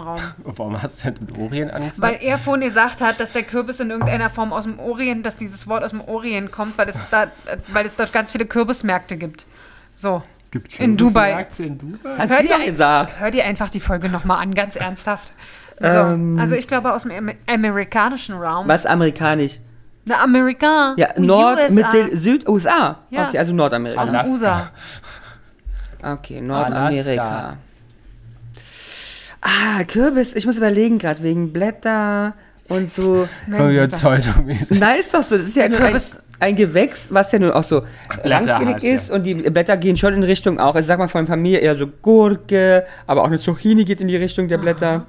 Speaker 3: Raum.
Speaker 1: Und warum hast du denn mit Orient angefangen?
Speaker 3: Weil er vorhin gesagt hat, dass der Kürbis in irgendeiner Form aus dem Orient, dass dieses Wort aus dem Orient kommt, weil es, da, äh, weil es dort ganz viele Kürbismärkte gibt. So.
Speaker 1: Gibt
Speaker 3: In Dubai.
Speaker 1: Märkte in Dubai.
Speaker 2: Hat sie doch
Speaker 3: ein-
Speaker 2: gesagt.
Speaker 3: hör dir einfach die Folge nochmal an, ganz ernsthaft. So, also ich glaube aus dem Amer- amerikanischen Raum.
Speaker 2: Ähm, Was amerikanisch?
Speaker 3: Na, Amerika.
Speaker 2: Ja,
Speaker 3: Die
Speaker 2: Nord,
Speaker 3: USA.
Speaker 2: Mittel, Süd, USA.
Speaker 3: Ja.
Speaker 2: Okay, also Nordamerika.
Speaker 3: Aus dem
Speaker 1: Alaska.
Speaker 3: USA.
Speaker 2: Okay, Nordamerika. Ah, Kürbis. Ich muss überlegen gerade wegen Blätter und so.
Speaker 1: Oh, ja, pseudomäßig.
Speaker 2: Nein, ist doch so. Das ist ja nur ein,
Speaker 3: Kürbis-
Speaker 2: ein Gewächs, was ja nun auch so
Speaker 1: Blätter
Speaker 2: langwierig
Speaker 1: hat, ja.
Speaker 2: ist. Und die Blätter gehen schon in Richtung auch. Ich sag mal von Familie eher so Gurke, aber auch eine Zucchini geht in die Richtung der
Speaker 1: Ah.
Speaker 2: Blätter.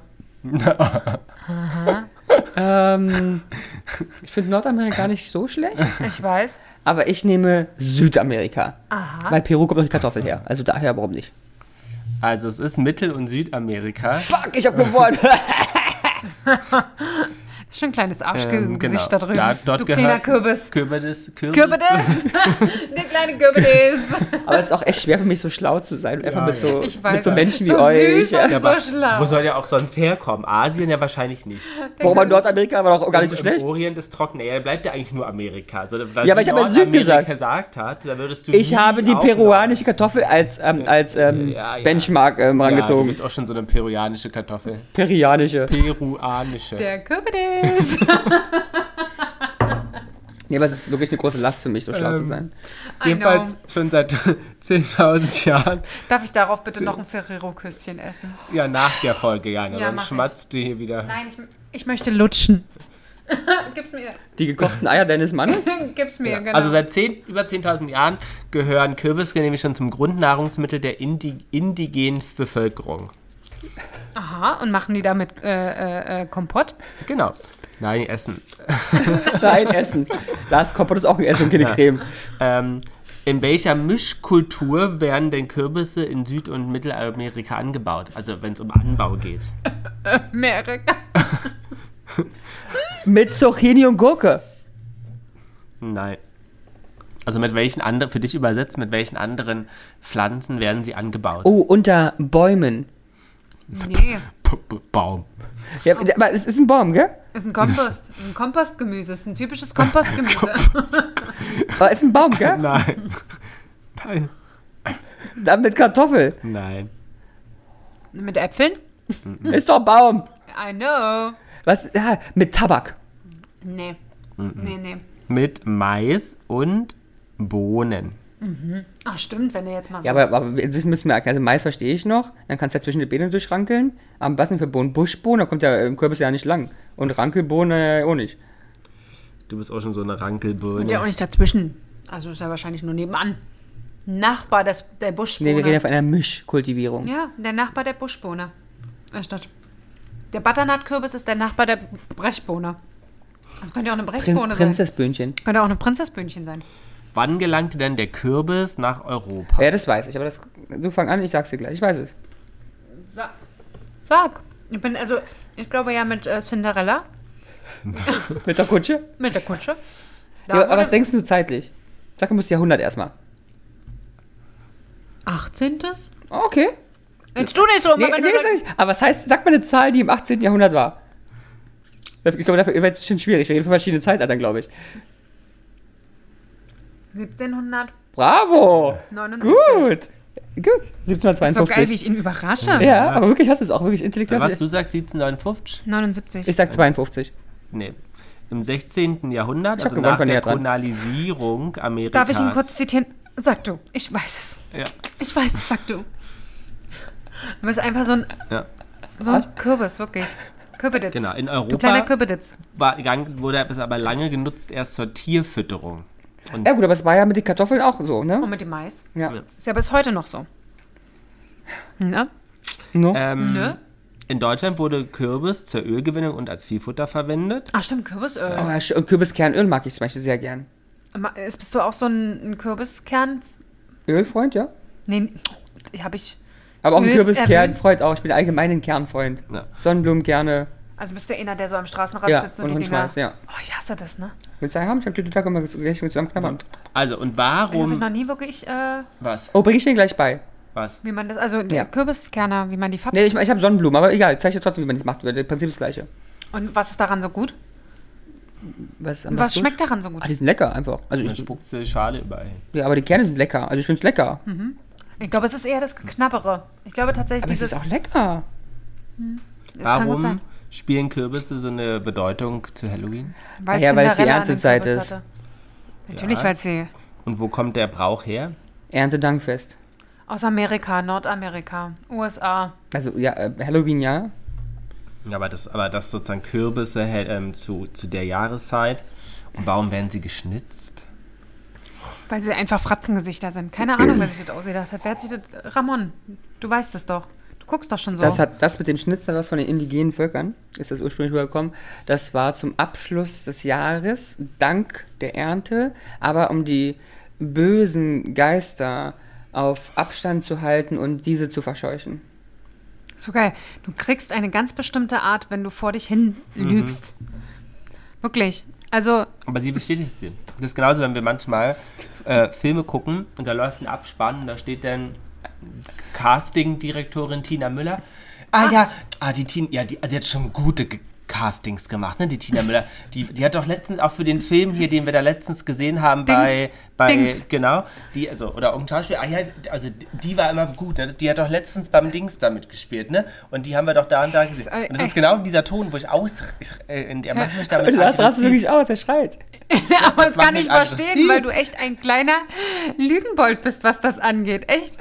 Speaker 2: ähm, ich finde Nordamerika nicht so schlecht,
Speaker 3: Ich weiß.
Speaker 2: aber ich nehme Südamerika.
Speaker 3: Aha.
Speaker 2: Weil Peru kommt doch die Kartoffel her. Also daher, warum nicht?
Speaker 1: Also es ist Mittel- und Südamerika.
Speaker 2: Fuck, ich hab gewonnen.
Speaker 3: Ist schon ein kleines
Speaker 1: Ähm,
Speaker 3: Arschgesicht
Speaker 1: genau.
Speaker 3: da drüben.
Speaker 1: Da, dort
Speaker 3: du kleiner
Speaker 1: gehört
Speaker 3: Kürbis.
Speaker 1: Kürbis. Kürbis.
Speaker 3: Kürbis! Der kleine Kürbis!
Speaker 2: aber es ist auch echt schwer für mich, so schlau zu sein. Und einfach
Speaker 1: Ja,
Speaker 2: mit, so,
Speaker 3: Ich weiß.
Speaker 2: mit so Menschen wie
Speaker 3: so
Speaker 2: euch.
Speaker 3: Süß und
Speaker 1: Ja,
Speaker 3: so
Speaker 1: aber
Speaker 3: schlau.
Speaker 1: wo soll der auch sonst herkommen? Asien ja wahrscheinlich nicht.
Speaker 2: Warum in Nordamerika war doch gar nicht so
Speaker 1: Also Im-
Speaker 2: schlecht?
Speaker 1: Im Orient ist trocken. Ja, bleibt ja eigentlich nur Amerika. Also, weil
Speaker 2: Ja, aber
Speaker 1: sie
Speaker 2: ich habe ja Süd
Speaker 1: Nordamerika
Speaker 2: gesagt.
Speaker 1: hat, da würdest du
Speaker 2: Ich
Speaker 1: nie
Speaker 2: habe die
Speaker 1: auch
Speaker 2: peruanische Kartoffel als, ähm, als ähm,
Speaker 1: Ja, ja.
Speaker 2: Benchmark ähm,
Speaker 1: noch- Ja, du
Speaker 2: rangezogen.
Speaker 1: bist auch schon so eine peruanische Kartoffel.
Speaker 2: Perianische.
Speaker 1: Peruanische.
Speaker 3: Der Kürbis!
Speaker 2: Ja, aber es ist wirklich eine große Last für mich, so schlau zu
Speaker 1: Ähm.
Speaker 2: sein.
Speaker 3: I know.
Speaker 1: Jedenfalls schon seit 10.000 Jahren.
Speaker 3: Darf ich darauf bitte noch ein Ferrero-Küsschen essen?
Speaker 1: Ja, nach der Folge, Jana.
Speaker 3: Ja,
Speaker 1: Dann
Speaker 3: mach ich.
Speaker 1: schmatzt du hier wieder.
Speaker 3: Nein, ich, ich möchte lutschen. Gib mir.
Speaker 2: Die gekochten Eier deines Mannes?
Speaker 3: Gib's mir, genau.
Speaker 1: Also seit 10, über 10.000 Jahren gehören Kürbisse nämlich schon zum Grundnahrungsmittel der Indi indigenen Bevölkerung.
Speaker 3: Aha, und machen die damit äh, äh, äh, Kompott?
Speaker 1: Genau. Nein, Essen.
Speaker 2: Nein, Essen. Lars Koppert ist auch ein Essen und keine
Speaker 1: Ja.
Speaker 2: Creme.
Speaker 1: Ähm, in welcher Mischkultur werden denn Kürbisse in Süd- und Mittelamerika angebaut? Also wenn es um Anbau geht.
Speaker 3: Amerika.
Speaker 2: Mit Zucchini und Gurke.
Speaker 1: Nein. Also mit welchen anderen, für dich übersetzt, mit welchen anderen Pflanzen werden sie angebaut?
Speaker 2: Oh, unter Bäumen.
Speaker 3: Nee,
Speaker 1: P- p- Baum.
Speaker 2: Ja, aber es ist ein Baum, gell?
Speaker 3: ist ein Kompost. Ein Kompostgemüse. Ist ein typisches Kompostgemüse.
Speaker 2: Aber es Ah, ist ein Baum, gell?
Speaker 1: Nein. Nein.
Speaker 2: Dann mit Kartoffel.
Speaker 1: Nein.
Speaker 3: Mit Äpfeln?
Speaker 2: Ist doch ein Baum.
Speaker 3: I know.
Speaker 2: Was? Ja, mit Tabak.
Speaker 3: Nee. Nee, nee.
Speaker 1: Mit Mais und Bohnen.
Speaker 3: Ach, stimmt, wenn du jetzt mal so.
Speaker 2: Ja, aber, aber das müssen wir erklären. Also Mais verstehe ich noch. Dann kannst du ja zwischen den Beeren durchrankeln. Aber was denn für Bohnen? Buschbohnen, da kommt ja im Kürbis ja nicht lang. Und Rankelbohne eh auch nicht.
Speaker 1: Du bist auch schon so eine
Speaker 3: Und ja auch
Speaker 1: Rankelbirne.
Speaker 3: nicht dazwischen. Also ist ja wahrscheinlich nur nebenan. Nachbar des, der Buschbohne.
Speaker 2: Nee, wir reden von einer Mischkultivierung.
Speaker 3: ja, der Nachbar der Buschbohne. Anstatt. Der Butternut-Kürbis ist der Nachbar der Brechbohne. Das könnte ja auch eine
Speaker 2: Prin
Speaker 3: Brechbohne sein.
Speaker 2: Prinzessbühnchen.
Speaker 3: Könnte auch eine Prinzessbühnchen sein.
Speaker 1: Wann gelangte denn der Kürbis nach Europa?
Speaker 2: Ja, das weiß ich, aber das, du fang an, ich sag's dir gleich. Ich weiß es.
Speaker 3: Sa- Sag. Ich bin also, ich glaube ja mit äh, Cinderella,
Speaker 2: Mit der Kutsche?
Speaker 3: mit der Kutsche. Da
Speaker 2: Ja,
Speaker 3: wurde
Speaker 2: aber was denkst du zeitlich? Sag, du musst Jahrhundert erstmal.
Speaker 3: 18.
Speaker 2: Oh, Okay.
Speaker 3: Jetzt tu nicht so,
Speaker 2: Nee,
Speaker 3: immer wenn
Speaker 2: nee,
Speaker 3: du
Speaker 2: sag ich. Aber was heißt, sag mal eine Zahl, die im 18. Jahrhundert war. Ich glaube, dafür wird es schon schwierig. Wir reden von verschiedenen Zeitaltern, glaube ich.
Speaker 3: 1700.
Speaker 2: Bravo!
Speaker 3: 79.
Speaker 2: Gut! Gut.
Speaker 3: Ist so geil, wie
Speaker 2: 1752.
Speaker 3: ich ihn überrasche.
Speaker 2: ja, aber wirklich hast du es auch wirklich intellektuell.
Speaker 1: Was, du sagst 1759?
Speaker 3: 79.
Speaker 2: Ich sag 52.
Speaker 1: Nee. Im 16. Jahrhundert,
Speaker 2: Ich hab
Speaker 1: also
Speaker 2: gewonnen,
Speaker 1: nach
Speaker 2: war näher
Speaker 1: der
Speaker 2: dran.
Speaker 1: Kolonialisierung Amerikas.
Speaker 3: Darf ich ihn kurz zitieren? Sag du. Ich weiß es.
Speaker 1: Ja.
Speaker 3: Ich weiß es, sag du. Du bist einfach so ein,
Speaker 1: Ja.
Speaker 3: so ein Kürbis, wirklich. Kürbeditz.
Speaker 1: Genau, in
Speaker 3: Du kleiner
Speaker 1: Europa
Speaker 3: Kürbeditz.
Speaker 1: war, gang- wurde es aber lange genutzt erst zur Tierfütterung. Und
Speaker 2: Ja gut, aber es war ja mit den Kartoffeln auch so,
Speaker 3: Und
Speaker 2: ne?
Speaker 3: mit dem Mais.
Speaker 2: Ja.
Speaker 3: Ist ja bis heute noch so. Ne?
Speaker 2: No.
Speaker 1: ähm,
Speaker 2: Mhm.
Speaker 3: Ne?
Speaker 1: in Deutschland wurde Kürbis zur Ölgewinnung und als Viehfutter verwendet.
Speaker 3: Ach Ah, stimmt, Kürbisöl.
Speaker 2: Oh, Sch- und Kürbiskernöl mag ich zum Beispiel sehr gern.
Speaker 3: Ma- Ist, bist du auch so ein, ein Kürbiskern?
Speaker 2: Ölfreund, ja?
Speaker 3: Nee, habe ich.
Speaker 2: Aber auch ein
Speaker 3: Öl-
Speaker 2: Kürbiskern
Speaker 3: ähm,
Speaker 2: freut auch. Ich bin allgemein ein Kernfreund.
Speaker 1: Ja.
Speaker 2: Sonnenblumenkerne.
Speaker 3: Also bist du einer, der so am Straßenrand
Speaker 2: Ja,
Speaker 3: sitzt
Speaker 2: und
Speaker 3: und, die Dinger.
Speaker 2: hinschmeißt, ja.
Speaker 3: Oh, ich hasse das, ne?
Speaker 2: Willst du einen haben? Ich hab den Tag immer gleich mit zusammenknabbern.
Speaker 1: Also, und
Speaker 3: Um, habe ich
Speaker 1: warum.
Speaker 3: noch nie wirklich, äh,
Speaker 1: Was?
Speaker 2: Oh, bring ich den gleich bei.
Speaker 1: Was?
Speaker 3: wie man das, also
Speaker 2: Ja.
Speaker 3: Kürbiskerner, wie man die fatzt.
Speaker 2: Nee, ich, ich habe Sonnenblumen, aber egal. Zeig dir trotzdem, wie man das macht. Das Prinzip ist das gleiche.
Speaker 3: und was ist daran so gut?
Speaker 2: Was,
Speaker 3: Und was schmeckt daran so gut?
Speaker 2: Ah, die sind lecker einfach. Also
Speaker 1: Dann
Speaker 2: ich,
Speaker 1: spuckt sie die Schale überall hin.
Speaker 3: Hm.
Speaker 2: ja, aber die Kerne sind lecker. Also ich find's lecker.
Speaker 3: Ich glaube, es ist eher das Knabbere. Ich glaube tatsächlich,
Speaker 2: Aber es
Speaker 3: dieses.
Speaker 2: ist auch lecker.
Speaker 3: es kann gut
Speaker 1: Warum
Speaker 3: sein,
Speaker 1: spielen Kürbisse so eine Bedeutung zu Halloween?
Speaker 3: weil
Speaker 2: Ja, weil es die
Speaker 3: Cinderella an dem
Speaker 2: Erntezeit
Speaker 3: Kürbis
Speaker 2: ist.
Speaker 3: hatte. Natürlich,
Speaker 1: Ja.
Speaker 3: weil sie
Speaker 1: Und wo kommt der Brauch her?
Speaker 2: Erntedankfest.
Speaker 3: aus Amerika, Nordamerika, USA.
Speaker 2: Also ja, äh, Halloween ja.
Speaker 1: Ja, Aber das, aber das sozusagen Kürbisse hä- ähm, zu, zu der Jahreszeit. Und warum werden sie geschnitzt?
Speaker 3: Weil sie einfach Fratzengesichter sind. Keine Ahnung, wer sich das ausgedacht hat. Wer hat sich das. Ramon, du weißt es doch. Du guckst doch schon so.
Speaker 2: Das hat das mit dem Schnitzel, was von den indigenen Völkern ist das ursprünglich übergekommen. Das war zum Abschluss des Jahres, dank der Ernte, aber um die bösen Geister auf Abstand zu halten und diese zu verscheuchen.
Speaker 3: so geil. Du kriegst eine ganz bestimmte Art, wenn du vor dich hin
Speaker 1: Mhm.
Speaker 3: lügst. Wirklich. Also,
Speaker 1: Aber sie bestätigt sie. Das ist genauso, wenn wir manchmal äh, Filme gucken und da läuft ein Abspann und da steht dann Casting-Direktorin Tina Müller. Ah, ja, ah, die Tina, ja, die, also sie hat schon gute Ge- Castings gemacht, ne, die Tina Müller. Die, die hat doch letztens auch für den Film hier, den wir da letztens gesehen haben, bei,
Speaker 3: Dings.
Speaker 1: bei
Speaker 3: Dings.
Speaker 1: genau, die, also, oder irgendein Schauspieler, ah, ja, also die war immer gut, ne? die hat doch letztens beim Dings da mitgespielt, ne? Und die haben wir doch da und da gesehen.
Speaker 3: äh,
Speaker 1: Und das
Speaker 3: äh.
Speaker 1: ist genau dieser Ton, wo ich aus, ich, äh, in der macht mich damit
Speaker 2: Lars rastet
Speaker 1: aggressiv.
Speaker 2: wirklich aus, er schreit.
Speaker 3: aber es
Speaker 1: macht
Speaker 3: kann
Speaker 1: mich
Speaker 3: ich verstehen,
Speaker 1: aggressiv.
Speaker 3: weil du echt ein kleiner Lügenbold bist, was das angeht. Echt.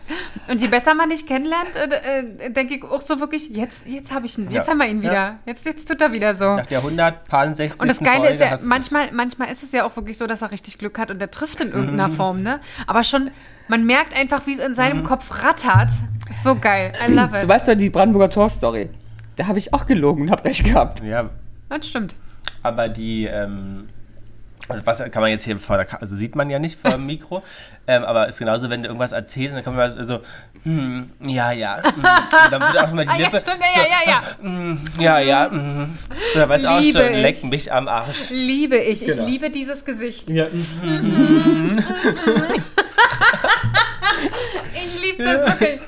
Speaker 3: Und je besser man dich kennenlernt, äh, äh, denke ich auch so wirklich, jetzt, jetzt habe ich ihn, jetzt
Speaker 1: Ja.
Speaker 3: haben wir ihn
Speaker 1: Ja.
Speaker 3: wieder. Jetzt, jetzt tut er wieder so.
Speaker 1: Nach der 160.
Speaker 3: Oh. Und das Geile
Speaker 1: Folge
Speaker 3: ist ja,
Speaker 1: hast du's.
Speaker 3: manchmal, manchmal ist es ja auch wirklich so, dass er richtig Glück hat und der trifft
Speaker 1: Mhm.
Speaker 3: in irgendeiner Form, ne? Aber schon, man merkt einfach, wie es in
Speaker 1: Mhm.
Speaker 3: seinem Kopf rattert. Ist so geil. I love
Speaker 2: Äh. Du
Speaker 3: it.
Speaker 2: weißt doch die Brandenburger Tor-Story. Da habe ich auch gelogen und habe recht gehabt.
Speaker 1: Ja,
Speaker 3: Das stimmt.
Speaker 1: aber die. Ähm, und was kann man jetzt hier vor der Ka also sieht man ja nicht vor dem Mikro, ähm, aber ist genauso, wenn du irgendwas erzählst, dann kommt man so, hm, ja, ja, mm, und dann wird auch schon mal
Speaker 3: Ah,
Speaker 1: die
Speaker 3: ja,
Speaker 1: Lippe,
Speaker 3: stimmt, ja, ja, ja, ja.
Speaker 1: so, ja, ja, mm. so, da weißt du auch
Speaker 3: Liebe
Speaker 1: schon,
Speaker 3: ich.
Speaker 1: leck mich am Arsch.
Speaker 3: Liebe ich. Ich
Speaker 1: Genau.
Speaker 3: liebe dieses Gesicht. Mhm.
Speaker 1: Ja, Mhm.
Speaker 3: Ich liebe das wirklich.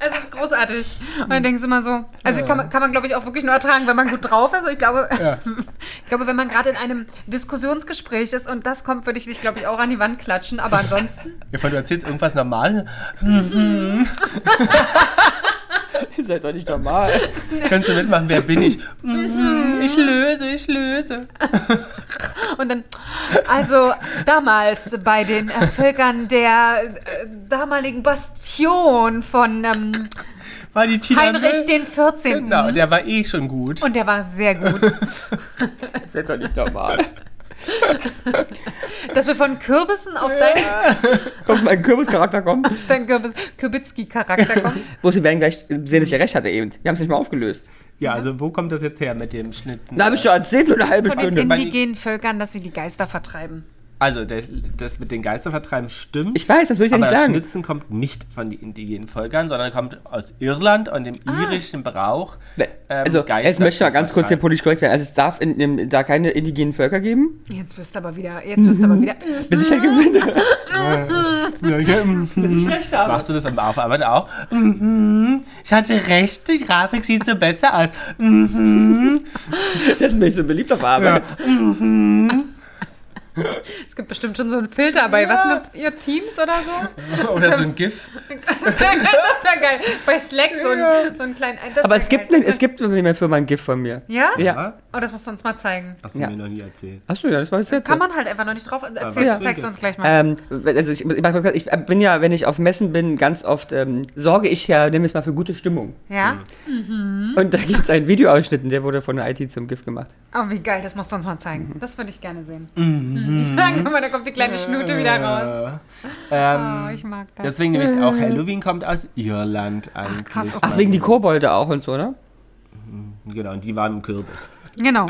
Speaker 3: Es ist großartig. Und dann denkst du immer so, also kann man, kann man glaube ich, auch wirklich nur ertragen, wenn man gut drauf ist. Und ich glaube, ich glaube wenn man gerade in einem Diskussionsgespräch ist und das kommt, würde ich dich, glaube ich, auch an die Wand klatschen. Aber ansonsten,
Speaker 1: du erzählst irgendwas normal,
Speaker 2: Ihr seid doch nicht normal.
Speaker 1: könntest du mitmachen, wer bin ich? Mhm, ich löse, ich löse.
Speaker 3: und dann, also damals bei den äh, Völkern der äh, damaligen Bastion von ähm,
Speaker 1: War die Tina
Speaker 3: Heinrich
Speaker 1: Müll-
Speaker 3: den 14.
Speaker 1: Genau, der war eh schon gut.
Speaker 3: Und der war sehr gut.
Speaker 2: Ihr seid doch nicht normal.
Speaker 3: Dass wir von Kürbissen auf deinen,
Speaker 2: Kommt mein Kürbischarakter kommen.
Speaker 3: deinen Kürbis, Kürbitski-Charakter kommen.
Speaker 2: Bloß wir werden gleich sehen, dass ich ja recht hatte eben. Wir haben es nicht mal aufgelöst.
Speaker 1: Ja, also wo kommt das jetzt her mit dem Schnitzen?
Speaker 2: Da habe ich schon erzählt, nur eine halbe
Speaker 3: Von
Speaker 2: Stunde.
Speaker 3: den
Speaker 1: Stunde.
Speaker 3: indigenen Völkern, dass sie die Geister vertreiben.
Speaker 1: Also, das, das mit den Geistervertreiben stimmt.
Speaker 2: Ich weiß, das will ich ja
Speaker 1: aber
Speaker 2: nicht
Speaker 1: das
Speaker 2: sagen.
Speaker 1: Schnitzen kommt nicht von den indigenen Völkern, sondern kommt aus Irland und dem irischen Brauch.
Speaker 2: Ne,
Speaker 1: ähm,
Speaker 2: also, jetzt
Speaker 1: Geister
Speaker 2: möchte ich mal
Speaker 1: zu
Speaker 2: ganz kurz hier
Speaker 1: vertreiben.
Speaker 2: politisch korrekt werden. Also, es darf in, dem- da keine indigenen Völker geben,
Speaker 3: Jetzt wirst du aber wieder, jetzt wirst du
Speaker 1: Mhm.
Speaker 3: aber wieder. mm,
Speaker 2: bis ich ja gewinne.
Speaker 1: Bis ich recht habe. mhm. Machst du das am auf Arbeit auch? Mhm. Ich hatte recht, die Grafik sieht so besser aus. Mhm.
Speaker 2: Deswegen bin ich so beliebt auf Arbeit.
Speaker 3: Es gibt bestimmt schon so einen Filter bei. Was nutzt ihr? Teams oder so?
Speaker 1: Oder so ein GIF.
Speaker 3: Das wäre geil, das wär geil. Bei Slack so, ein, so einen kleinen. Das
Speaker 2: Aber
Speaker 3: wär
Speaker 2: es gibt,
Speaker 3: geil.
Speaker 2: ne, es gibt bei mir für mein Gift von mir.
Speaker 3: Ja?
Speaker 2: Ja.
Speaker 3: Oh, das musst du uns mal zeigen.
Speaker 1: Hast du
Speaker 2: Ja.
Speaker 1: mir noch nie erzählt.
Speaker 2: Achso, ja, das war jetzt jetzt.
Speaker 3: Kann man halt einfach noch nicht drauf. Erzähl,
Speaker 1: Ja.
Speaker 3: Zeigst du uns gleich mal.
Speaker 2: Ähm, also ich, ich bin ja, wenn ich auf Messen bin, ganz oft ähm, sorge ich ja, nehme es mal für gute Stimmung.
Speaker 1: Mhm.
Speaker 3: Ja?
Speaker 2: Und da gibt es einen Videoausschnitt, und der wurde von der IT zum GIF gemacht.
Speaker 3: Oh, wie geil, das musst du uns mal
Speaker 1: Mhm.
Speaker 3: zeigen. Das würde ich gerne sehen. Ja, guck mal, da kommt die kleine Schnute wieder raus.
Speaker 1: Ähm,
Speaker 3: Oh, ich mag das.
Speaker 1: deswegen nämlich auch Halloween kommt aus Irland eigentlich.
Speaker 3: krass, okay.
Speaker 2: Ach, wegen die Kobolde auch und so, ne?
Speaker 1: Genau, und die waren im Kürbis.
Speaker 3: Genau.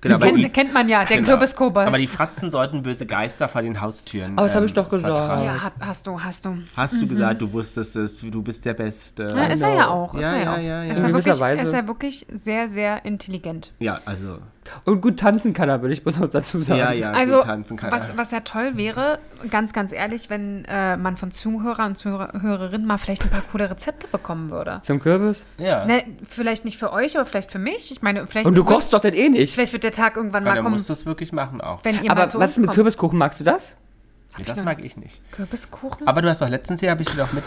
Speaker 1: Genau, aber die-
Speaker 3: Kennt, kennt man ja, der
Speaker 1: Genau.
Speaker 3: Kürbiskobold.
Speaker 1: Aber die Fratzen sollten böse Geister vor den Haustüren.
Speaker 2: Oh, das hab ich doch gesagt.
Speaker 1: vertreiben.
Speaker 3: Ja, hat- hast du, hast du.
Speaker 1: Hast du gesagt, du wusstest es, du bist der Beste.
Speaker 3: Ja, ist er ja auch. Ist
Speaker 1: Ja,
Speaker 3: er
Speaker 1: ja,
Speaker 3: auch.
Speaker 1: ja, ja.
Speaker 3: Ist, er
Speaker 2: In gewisser
Speaker 3: wirklich,
Speaker 2: Weise.
Speaker 3: ist er wirklich sehr, sehr intelligent.
Speaker 1: Ja, also,
Speaker 2: Und gut tanzen kann er, würde ich bloß noch dazu sagen.
Speaker 1: ja, ja,
Speaker 3: Also,
Speaker 1: gut tanzen kann
Speaker 3: was,
Speaker 1: er.
Speaker 3: was ja toll wäre, ganz, ganz ehrlich, wenn äh, man von Zuhörer und Zuhörerinnen mal vielleicht ein paar coole Rezepte bekommen würde.
Speaker 2: Zum Kürbis.
Speaker 1: Ja,
Speaker 3: Ne, vielleicht nicht für euch, aber vielleicht für mich. Ich meine, vielleicht,
Speaker 2: Und du
Speaker 3: wird-
Speaker 2: kochst doch dann eh nicht.
Speaker 3: vielleicht wird der Tag irgendwann
Speaker 1: weil
Speaker 3: mal
Speaker 1: er
Speaker 3: kommen,
Speaker 1: muss das wirklich machen auch.
Speaker 3: wenn ihr
Speaker 2: Aber
Speaker 3: mal zu
Speaker 2: was ist
Speaker 3: uns
Speaker 2: mit
Speaker 3: kommt.
Speaker 2: Kürbiskuchen? Magst du das?
Speaker 1: Nee, das
Speaker 3: noch-
Speaker 1: mag ich nicht.
Speaker 3: Kürbiskuchen?
Speaker 1: Aber du hast doch letztens hier, habe ich dir doch mit,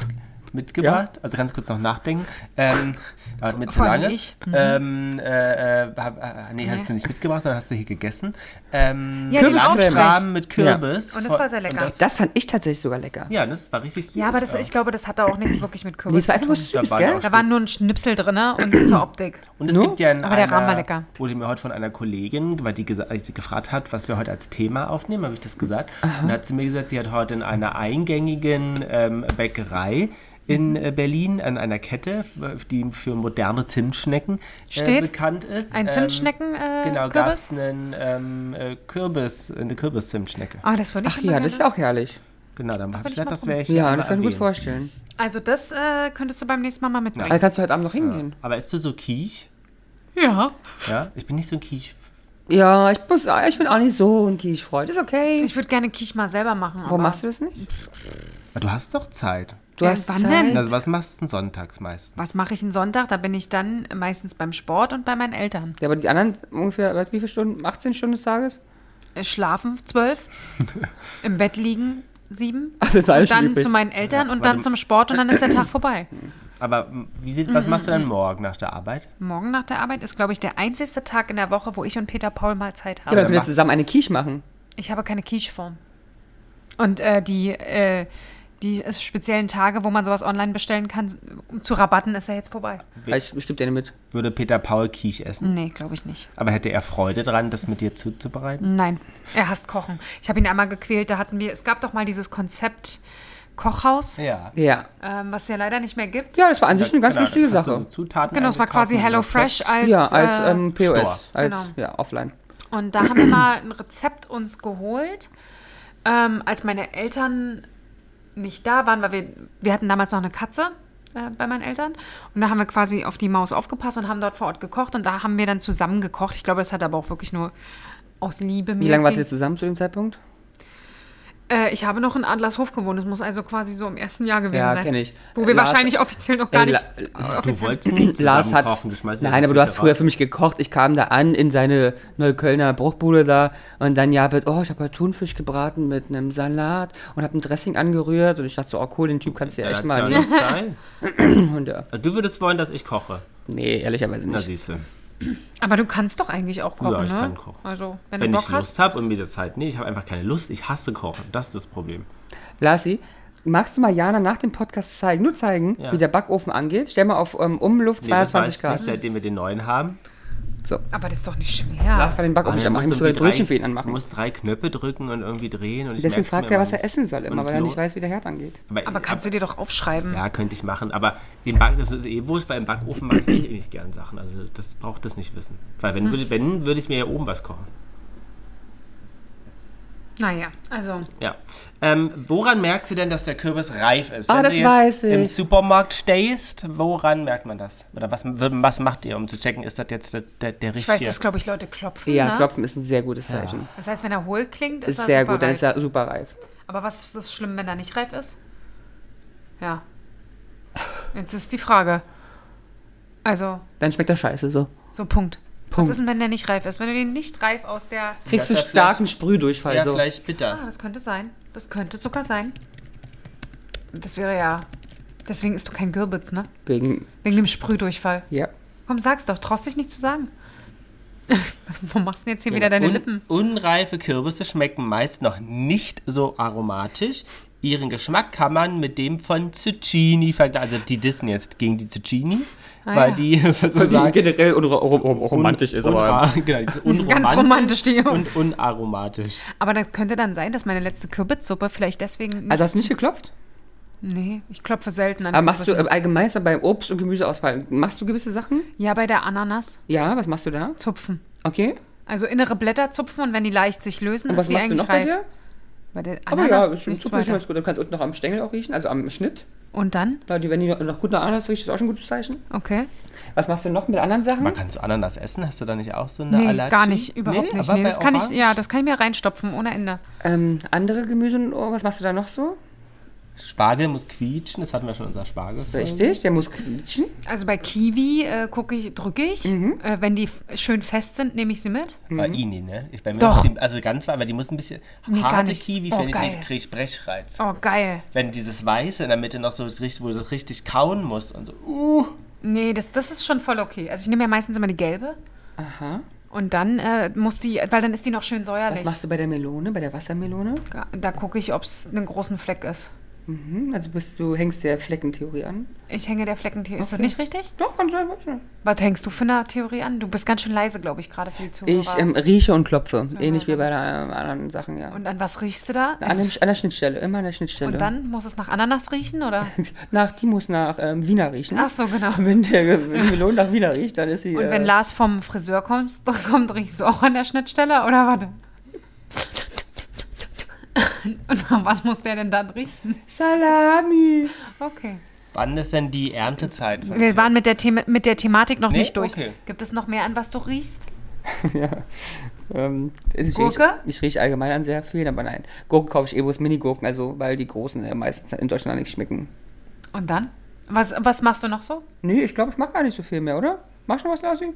Speaker 1: mitgebracht. Also kannst du kurz noch nachdenken. Ähm, dauert mir zu
Speaker 3: Vor allem
Speaker 1: lange.
Speaker 3: ich. Mhm.
Speaker 1: Ähm, äh, äh, hab, äh, nee, hast du nicht mitgebracht, sondern hast du hier gegessen. Ähm,
Speaker 3: Ja, den
Speaker 2: Kürbiscreme.
Speaker 1: Aufstraben mit Kürbis.
Speaker 3: Und das war sehr lecker.
Speaker 1: Und das,
Speaker 2: Das fand ich tatsächlich sogar lecker.
Speaker 1: ja, das war richtig süß.
Speaker 3: ja, aber das, ich glaube, das hatte auch nichts wirklich mit Kürbis.
Speaker 2: Nee, es war
Speaker 3: zu
Speaker 2: einfach nur
Speaker 3: tun.
Speaker 1: Da
Speaker 2: süß,
Speaker 1: waren
Speaker 2: gell?
Speaker 1: auch-
Speaker 3: Da waren nur ein Schnipsel drin ne, und zur Optik.
Speaker 1: Und es
Speaker 2: No?
Speaker 1: gibt ja in
Speaker 3: Aber der Rahmen
Speaker 1: einer-
Speaker 3: war lecker.
Speaker 1: Wurde mir heute von einer Kollegin, weil die, gesa- als sie gefragt hat, was wir heute als Thema aufnehmen, habe ich das gesagt. Und da hat sie mir gesagt, sie hat heute in einer eingängigen ähm, Bäckerei in
Speaker 3: Mhm.
Speaker 1: äh, Berlin an einer Kette, f- die für moderne Zimtschnecken äh,
Speaker 3: Steht
Speaker 1: bekannt ist.
Speaker 3: Ein
Speaker 1: ähm,
Speaker 3: Zimtschnecken, äh,
Speaker 1: Genau, gab
Speaker 3: Kürbis?
Speaker 1: es einen ähm, äh, Kürbis, eine Kürbis-Zimtschnecke.
Speaker 3: Ah, das würde ich
Speaker 2: Ach
Speaker 3: immer
Speaker 2: ja, das ist ja
Speaker 3: gerne-
Speaker 2: auch herrlich.
Speaker 1: Genau, dann habe ich
Speaker 3: will ich mal
Speaker 1: gedacht, das wäre ich.
Speaker 2: Ja,
Speaker 1: mal
Speaker 2: das kann ich mir gut
Speaker 1: erwähnen.
Speaker 2: vorstellen.
Speaker 3: Also das äh, könntest du beim nächsten Mal mal
Speaker 2: Aber da
Speaker 3: mitbringen.
Speaker 2: kannst du heute Abend noch hingehen.
Speaker 1: Aber isst du so Quiche?
Speaker 3: Ja.
Speaker 1: Ja, ich bin nicht so ein Quiche.
Speaker 2: Ja, ich, muss, ich bin auch nicht so ein Kiechfreund. Ist okay.
Speaker 3: Ich würde gerne Kiech mal selber machen.
Speaker 2: Warum machst du das nicht?
Speaker 1: Aber Ah, du hast doch Zeit.
Speaker 2: Du
Speaker 3: Ja,
Speaker 2: hast
Speaker 3: wann
Speaker 2: Zeit.
Speaker 3: denn?
Speaker 1: Also was machst du denn sonntags meistens?
Speaker 3: Was mache ich einen Sonntag? Da bin ich dann meistens beim Sport und bei meinen Eltern.
Speaker 2: Ja, aber die anderen ungefähr, was, wie viele Stunden? 18 Stunden des Tages?
Speaker 3: Äh, Schlafen zwölf, im Bett liegen sieben.
Speaker 2: Ach, das ist alles
Speaker 3: und dann
Speaker 2: schon übrig.
Speaker 3: zu meinen Eltern
Speaker 1: Ja,
Speaker 3: und
Speaker 1: warte
Speaker 3: dann
Speaker 1: mal.
Speaker 3: zum Sport und dann ist der Tag vorbei.
Speaker 1: Aber m, wie sieht, was machst du
Speaker 2: Mhm,
Speaker 1: dann morgen nach der Arbeit?
Speaker 3: Morgen nach der Arbeit ist, glaube ich, der einzige Tag in der Woche, wo ich und Peter Paul mal Zeit
Speaker 2: Ja,
Speaker 3: haben.
Speaker 2: dann
Speaker 1: dann
Speaker 2: können wir
Speaker 1: mach-
Speaker 2: zusammen eine Quiche machen.
Speaker 3: Ich habe keine Quicheform. Und äh, die, äh, die speziellen Tage, wo man sowas online bestellen kann, um zu Rabatten ist ja jetzt vorbei.
Speaker 2: Also Ich, ich gebe dir eine mit.
Speaker 1: Würde Peter Paul Kiech essen?
Speaker 3: Nee, glaube ich nicht.
Speaker 1: Aber hätte er Freude dran, das mit dir zuzubereiten?
Speaker 3: Nein, er hasst Kochen. Ich habe ihn einmal gequält, da hatten wir, es gab doch mal dieses Konzept Kochhaus,
Speaker 1: Ja.
Speaker 2: Ja.
Speaker 3: ähm, was es ja leider nicht mehr gibt.
Speaker 2: Ja, das war an sich eine ganz lustige Sache.
Speaker 3: Genau, es war quasi Hello Fresh als,
Speaker 2: ja, als
Speaker 3: äh,
Speaker 2: ähm, POS.
Speaker 1: Store.
Speaker 2: Als,
Speaker 3: Genau.
Speaker 2: Ja, offline.
Speaker 3: Und da haben wir mal ein Rezept uns geholt, ähm, als meine Eltern nicht da waren, weil wir, wir hatten damals noch eine Katze äh, bei meinen Eltern. Und da haben wir quasi auf die Maus aufgepasst und haben dort vor Ort gekocht. Und da haben wir dann zusammen gekocht. Ich glaube, das hat aber auch wirklich nur aus Liebe mir.
Speaker 2: Wie lange wart ihr
Speaker 3: gegen-
Speaker 2: zusammen zu dem Zeitpunkt?
Speaker 3: Äh, ich habe noch in Adlershof gewohnt. Das muss also quasi so im ersten Jahr gewesen
Speaker 2: Ja,
Speaker 3: sein.
Speaker 2: kenn ich. Äh,
Speaker 3: Wo wir
Speaker 2: Lars-
Speaker 3: wahrscheinlich offiziell noch gar
Speaker 2: Ey,
Speaker 3: nicht.
Speaker 2: La-
Speaker 3: äh,
Speaker 1: Du
Speaker 3: offiziell-
Speaker 1: wolltest nicht
Speaker 2: Lars hat.
Speaker 1: zusammenkochen, schmeißt mir
Speaker 2: nein,
Speaker 1: die
Speaker 2: aber du hast
Speaker 1: Küche
Speaker 2: früher
Speaker 1: raus.
Speaker 2: für mich gekocht. Ich kam da an in seine Neuköllner Bruchbude da und dann, ja, mit, oh, ich habe heute Thunfisch gebraten mit einem Salat und habe ein Dressing angerührt und ich dachte so, oh cool, den Typ kannst du ja
Speaker 1: Ja,
Speaker 2: echt
Speaker 1: das
Speaker 2: mal.
Speaker 1: kann nicht sein.
Speaker 2: nehmen. Und ja.
Speaker 1: Also du würdest wollen, dass ich koche.
Speaker 2: Nee, ehrlicherweise
Speaker 1: Na
Speaker 2: nicht.
Speaker 1: siehst du.
Speaker 3: Aber du kannst doch eigentlich auch kochen,
Speaker 1: Ja, ich
Speaker 3: ne?
Speaker 1: kann kochen.
Speaker 3: Also, wenn,
Speaker 1: Wenn
Speaker 3: du
Speaker 1: ich
Speaker 3: Bock hast.
Speaker 1: Lust habe und mir die Zeit nehme, ich habe einfach keine Lust, ich hasse Kochen. Das ist das Problem.
Speaker 2: Lasi, magst du mal Jana nach dem Podcast zeigen, nur zeigen,
Speaker 1: Ja.
Speaker 2: wie der Backofen angeht? Stell mal auf ähm, Umluft
Speaker 1: Nee, das
Speaker 2: 22
Speaker 1: weiß ich
Speaker 2: Grad. Hm.
Speaker 1: nicht, seitdem wir den neuen haben.
Speaker 3: Aber das ist doch nicht schwer.
Speaker 2: Lars kann den
Speaker 1: Ah,
Speaker 2: Backofen nicht
Speaker 1: dann
Speaker 2: anmachen, ich
Speaker 1: musst
Speaker 2: muss
Speaker 1: du
Speaker 2: sogar die
Speaker 1: irgendwie
Speaker 2: Brötchen
Speaker 1: drei-
Speaker 2: für ihn anmachen.
Speaker 1: Du musst drei Knöpfe drücken und irgendwie drehen. Und ich
Speaker 2: Deswegen
Speaker 1: merk's mir
Speaker 2: fragt er,
Speaker 1: immer
Speaker 2: was er
Speaker 1: nicht.
Speaker 2: essen soll,
Speaker 1: Und
Speaker 2: immer,
Speaker 1: es
Speaker 2: weil er
Speaker 1: lo-
Speaker 2: nicht weiß, wie der Herd angeht.
Speaker 3: Aber kannst du dir doch aufschreiben.
Speaker 1: Ja, könnte ich machen, aber den Back, das ist eh wurscht, weil im Backofen mache ich eh nicht gern Sachen. Also das braucht das nicht wissen. Weil
Speaker 2: Hm.
Speaker 1: wenn, würde- wenn würde ich mir ja oben was kochen.
Speaker 3: Naja, also.
Speaker 1: Ja. Ähm, woran merkst du denn, dass der Kürbis reif ist?
Speaker 2: Ah,
Speaker 1: wenn
Speaker 2: das
Speaker 1: du jetzt
Speaker 2: weiß ich.
Speaker 1: Im Supermarkt stehst, woran merkt man das? Oder was, was macht ihr, um zu checken, ist das jetzt der, der, der
Speaker 3: Ich weiß,
Speaker 1: richtige?
Speaker 3: dass, glaube ich, Leute klopfen.
Speaker 2: Ja,
Speaker 3: ne?
Speaker 2: klopfen ist ein sehr gutes Zeichen.
Speaker 3: Das heißt, wenn er hohl klingt, ist,
Speaker 2: Ist
Speaker 3: er
Speaker 2: sehr
Speaker 3: super
Speaker 2: gut, dann ist
Speaker 3: reif.
Speaker 2: er super reif.
Speaker 3: Aber was ist das schlimm, wenn er nicht reif ist? Ja. Jetzt ist die Frage. Also,
Speaker 2: Dann schmeckt er scheiße so.
Speaker 3: so Punkt. Was
Speaker 2: Punkt.
Speaker 3: ist denn, wenn der nicht reif ist? Wenn du den nicht reif aus der.
Speaker 2: Kriegst du
Speaker 1: Dass er
Speaker 2: starken Sprühdurchfall
Speaker 1: ja,
Speaker 2: so.
Speaker 1: vielleicht bitter.
Speaker 3: Ah, das könnte sein. Das könnte sogar sein. Das wäre ja. Deswegen isst du kein Gürbitz, ne?
Speaker 2: Wegen,
Speaker 3: Wegen dem Sprühdurchfall.
Speaker 2: ja.
Speaker 3: Komm, sag's doch. Traust dich nicht zu sagen. Warum machst du denn jetzt hier wieder deine
Speaker 1: Un-
Speaker 3: Lippen?
Speaker 1: Unreife Kürbisse schmecken meist noch nicht so aromatisch. Ihren Geschmack kann man mit dem von Zucchini vergleichen. Also die dissen jetzt gegen die Zucchini,
Speaker 3: Ah,
Speaker 1: weil
Speaker 3: ja.
Speaker 1: die sozusagen
Speaker 2: generell romantisch
Speaker 1: Unra- genau, die
Speaker 3: Die ist ganz romantisch, die Jungs.
Speaker 1: und unaromatisch.
Speaker 3: Aber das könnte dann sein, dass meine letzte Kürbitzsuppe vielleicht deswegen. Nicht,
Speaker 2: Also hast du nicht geklopft?
Speaker 3: nee, ich klopfe selten an.
Speaker 2: Aber machst du
Speaker 3: Kürbissen.
Speaker 2: äh, allgemein ist man beim Obst- und Gemüseauswahl, machst du gewisse Sachen?
Speaker 3: ja, bei der Ananas
Speaker 2: Ja, was machst du da?
Speaker 3: zupfen.
Speaker 2: Okay.
Speaker 3: Also innere Blätter zupfen und wenn die leicht sich lösen,
Speaker 2: Und
Speaker 3: ist
Speaker 2: was
Speaker 3: die
Speaker 2: machst du
Speaker 3: eigentlich
Speaker 2: noch bei
Speaker 3: reif.
Speaker 2: dir?
Speaker 3: Bei der
Speaker 2: Aber
Speaker 3: Ananas
Speaker 2: ja, schon
Speaker 3: Ah, nichts
Speaker 2: super, schon
Speaker 3: weiter.
Speaker 2: ganz gut. Du kannst unten noch am Stängel auch riechen, also am Schnitt.
Speaker 3: Und dann?
Speaker 2: Na, die, wenn die noch- noch gut nach Ananas riecht, ist auch schon ein gutes Zeichen.
Speaker 3: Okay.
Speaker 2: Was machst du noch mit anderen Sachen?
Speaker 1: Man kann so Ananas essen, hast du da nicht auch so eine
Speaker 3: Nee,
Speaker 1: Allergie?
Speaker 3: gar nicht, überhaupt nicht. Nee,
Speaker 1: bei
Speaker 3: das kann ich,
Speaker 1: Orange?
Speaker 3: ja, das kann ich mir reinstopfen ohne Ende.
Speaker 2: Ähm, andere Gemüse, und- oh, was machst du da noch so?
Speaker 1: Spargel muss quietschen, das hatten wir schon in unserer Spargel.
Speaker 3: Hm.
Speaker 2: Richtig, der muss quietschen.
Speaker 3: Also bei Kiwi äh, gucke ich, drücke ich.
Speaker 2: Mhm.
Speaker 3: Äh, wenn die f- schön fest sind, nehme ich sie mit.
Speaker 1: Bei Ini, ne? Ich, bei mir
Speaker 3: Doch.
Speaker 1: muss die- also ganz weil die muss ein bisschen
Speaker 3: Nee, gar
Speaker 1: harte
Speaker 3: nicht.
Speaker 1: Kiwi,
Speaker 3: Oh,
Speaker 1: finde ich,
Speaker 3: geil.
Speaker 1: nicht, kriege ich Brechreiz.
Speaker 3: Oh, geil.
Speaker 1: Wenn dieses Weiße in der Mitte noch so richtig, wo du es richtig kauen musst und so, uh,
Speaker 3: Nee, das, das ist schon voll okay. Also ich nehme ja meistens immer die gelbe.
Speaker 2: Aha.
Speaker 3: Und dann äh, muss die, weil dann ist die noch schön säuerlich.
Speaker 2: Was machst du bei der Melone, bei der Wassermelone?
Speaker 3: Da gucke ich, ob es einen großen Fleck ist.
Speaker 2: Mhm, also bist du hängst der Fleckentheorie an.
Speaker 3: Ich hänge der Fleckentheorie. Ist das
Speaker 2: Okay.
Speaker 3: nicht richtig?
Speaker 2: Doch, ganz einfach.
Speaker 3: Was hängst du für eine Theorie an? Du bist ganz schön leise, glaube ich, gerade für die Zuhörer.
Speaker 2: Ich ähm, rieche und klopfe, ähnlich wie bei der, ähm, anderen Sachen, ja.
Speaker 3: und an was riechst du da?
Speaker 2: an,
Speaker 3: Also-
Speaker 2: dem, an der Schnittstelle, immer an der Schnittstelle.
Speaker 3: und dann muss es nach Ananas riechen, oder?
Speaker 2: Nach, die muss nach ähm, Wiener riechen.
Speaker 3: Ach so, genau.
Speaker 2: Wenn der wenn die Melone nach Wiener riecht, dann ist sie.
Speaker 3: Und wenn
Speaker 2: äh,
Speaker 3: Lars vom Friseur kommt, kommt riechst du auch an der Schnittstelle, oder warte? Und nach was muss der denn dann riechen?
Speaker 2: Salami!
Speaker 3: Okay.
Speaker 1: wann ist denn die Erntezeit? Von
Speaker 3: Wir waren mit der, The mit der Thematik noch
Speaker 1: Nee,
Speaker 3: nicht durch.
Speaker 1: okay.
Speaker 3: Gibt es noch mehr, an was du riechst?
Speaker 2: ja. Ähm, ich,
Speaker 3: Gurke?
Speaker 2: Ich, ich rieche allgemein an sehr viel, aber nein. Gurken kaufe ich eh bloß Mini-Gurken, also weil die großen ja meistens in Deutschland nicht schmecken.
Speaker 3: Und dann? Was, was machst du noch so?
Speaker 2: Nee, ich glaube, ich mache gar nicht so viel mehr, oder? Machst du noch was, Lasi?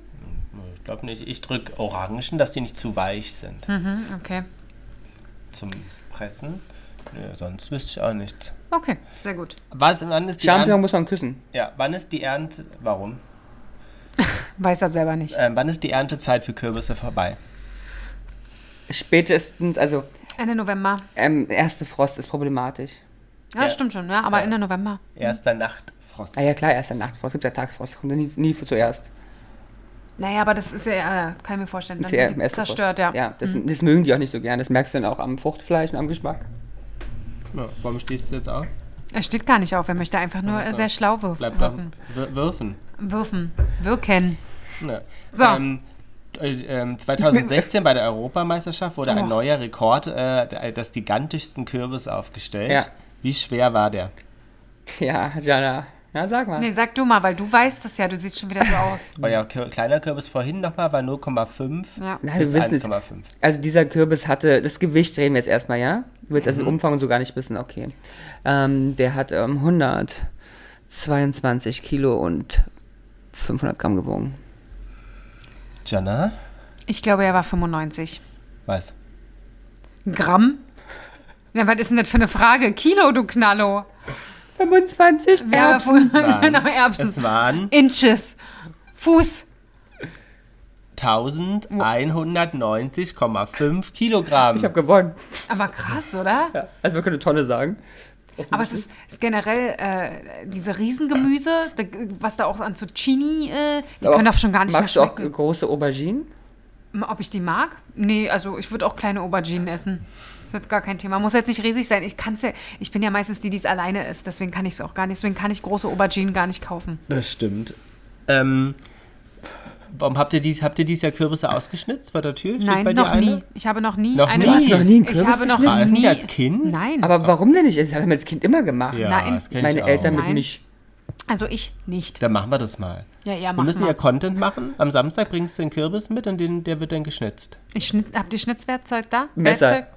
Speaker 1: Ich glaube nicht. Ich drücke Orangen, dass die nicht zu weich sind
Speaker 3: Mhm, okay.
Speaker 1: zum Pressen. Nö, sonst wüsste ich auch nicht.
Speaker 3: Okay, sehr gut.
Speaker 1: Was, wann ist die
Speaker 2: Champion
Speaker 1: Ernte?
Speaker 2: muss man küssen.
Speaker 1: Ja, wann ist die Ernte? Warum?
Speaker 3: Weiß er selber nicht.
Speaker 1: Ähm, wann ist die Erntezeit für Kürbisse vorbei?
Speaker 2: Spätestens, also
Speaker 3: Ende November.
Speaker 2: ähm, erste Frost ist problematisch.
Speaker 3: Ja,
Speaker 1: Ja.
Speaker 3: stimmt schon, ja, aber Ende November.
Speaker 1: Erster Nachtfrost.
Speaker 2: Ah ja klar, erster Nachtfrost, gibt ja Tagfrost, kommt ja nie, nie zuerst.
Speaker 3: Naja, aber das ist ja, äh, kann ich mir vorstellen, dann
Speaker 2: Ist ja
Speaker 3: sind
Speaker 2: im
Speaker 3: die
Speaker 2: ersten Frost.
Speaker 3: zerstört, ja. Hm.
Speaker 2: Ja, das, das mögen die auch nicht so gern. Das merkst du dann auch am Fruchtfleisch und am Geschmack.
Speaker 1: Ja, warum stehst du jetzt auf?
Speaker 3: Er steht gar nicht auf, er möchte einfach nur
Speaker 1: Ach so.
Speaker 3: äh, sehr schlau wirken.
Speaker 1: Bleib doch wir- würfen.
Speaker 3: Würfen. Wirken.
Speaker 1: Ja.
Speaker 3: So.
Speaker 1: Ähm, äh, ähm, 2016 bei der Europameisterschaft wurde
Speaker 3: Oh.
Speaker 1: ein neuer Rekord, äh, das gigantischsten Kürbis aufgestellt.
Speaker 2: Ja.
Speaker 1: Wie schwer war der?
Speaker 2: Ja, Jana, na sag mal.
Speaker 3: Nee, sag du mal, weil du weißt es ja, du siehst schon wieder so aus.
Speaker 1: Euer Kür kleiner Kürbis vorhin nochmal war 0,5
Speaker 3: Ja.
Speaker 2: Nein,
Speaker 1: bis
Speaker 2: wir wissen es.
Speaker 1: 1,5.
Speaker 2: Also dieser Kürbis hatte, das Gewicht reden wir jetzt erstmal, ja? Du willst erst
Speaker 1: Mhm.
Speaker 2: den Umfang und so gar nicht wissen, okay. Ähm, der hat ähm, 122 Kilo und 500 Gramm gewogen.
Speaker 1: Jana?
Speaker 3: Ich glaube, er war 95.
Speaker 1: Was?
Speaker 3: Gramm? Na, was ist denn das für eine Frage? Kilo, du Knallo.
Speaker 2: 25
Speaker 3: Wer
Speaker 2: Erbsen.
Speaker 3: war genau, Erbsen.
Speaker 1: Es waren
Speaker 3: Inches. Fuß.
Speaker 1: 1190,5 Kilogramm.
Speaker 2: Ich habe gewonnen.
Speaker 3: Aber krass, oder?
Speaker 2: Ja, also wir können eine Tonne sagen.
Speaker 1: Hm.
Speaker 3: Aber es ist, ist generell äh, diese Riesengemüse, da- was da auch an Zucchini, äh, die
Speaker 2: Aber
Speaker 3: können auch schon gar nicht mehr
Speaker 2: Magst du auch
Speaker 3: schmecken.
Speaker 2: große Auberginen?
Speaker 3: Ob ich die mag? Nee, also ich würde auch kleine Auberginen essen. Ist jetzt gar kein Thema. Muss jetzt nicht riesig sein. Ich kann's ja, ich bin ja meistens die, die es alleine isst. Deswegen kann ich es auch gar nicht. Deswegen kann ich große Auberginen gar nicht kaufen.
Speaker 1: Das stimmt. Ähm, warum habt ihr, dies, habt ihr dieses Jahr Kürbisse ausgeschnitzt bei der Tür? Steht
Speaker 3: Nein,
Speaker 1: bei
Speaker 3: noch
Speaker 1: dir eine?
Speaker 3: nie. Ich habe noch nie
Speaker 1: Noch
Speaker 3: eine.
Speaker 1: nie? Du hast
Speaker 2: noch nie einen
Speaker 3: ich
Speaker 2: Kürbis
Speaker 3: habe noch
Speaker 1: War
Speaker 2: geschnitzt?
Speaker 1: es
Speaker 3: nie.
Speaker 1: nicht als Kind?
Speaker 3: Nein.
Speaker 2: Aber warum denn nicht? Das haben wir als Kind immer gemacht.
Speaker 1: Ja,
Speaker 3: Nein.
Speaker 1: das kenn ich
Speaker 2: Meine
Speaker 1: auch.
Speaker 2: Eltern mit
Speaker 3: Nein.
Speaker 2: mich.
Speaker 3: also ich nicht.
Speaker 1: Dann machen wir das mal.
Speaker 3: Ja, ja,
Speaker 1: Wir
Speaker 3: mach
Speaker 1: müssen
Speaker 3: mal.
Speaker 1: ja Content machen. Am Samstag bringst du den Kürbis mit und den, der wird dann geschnitzt.
Speaker 3: Ich schnitt, habt ihr Schnitzwerkzeug da?
Speaker 2: Messer.
Speaker 3: Werkzeug?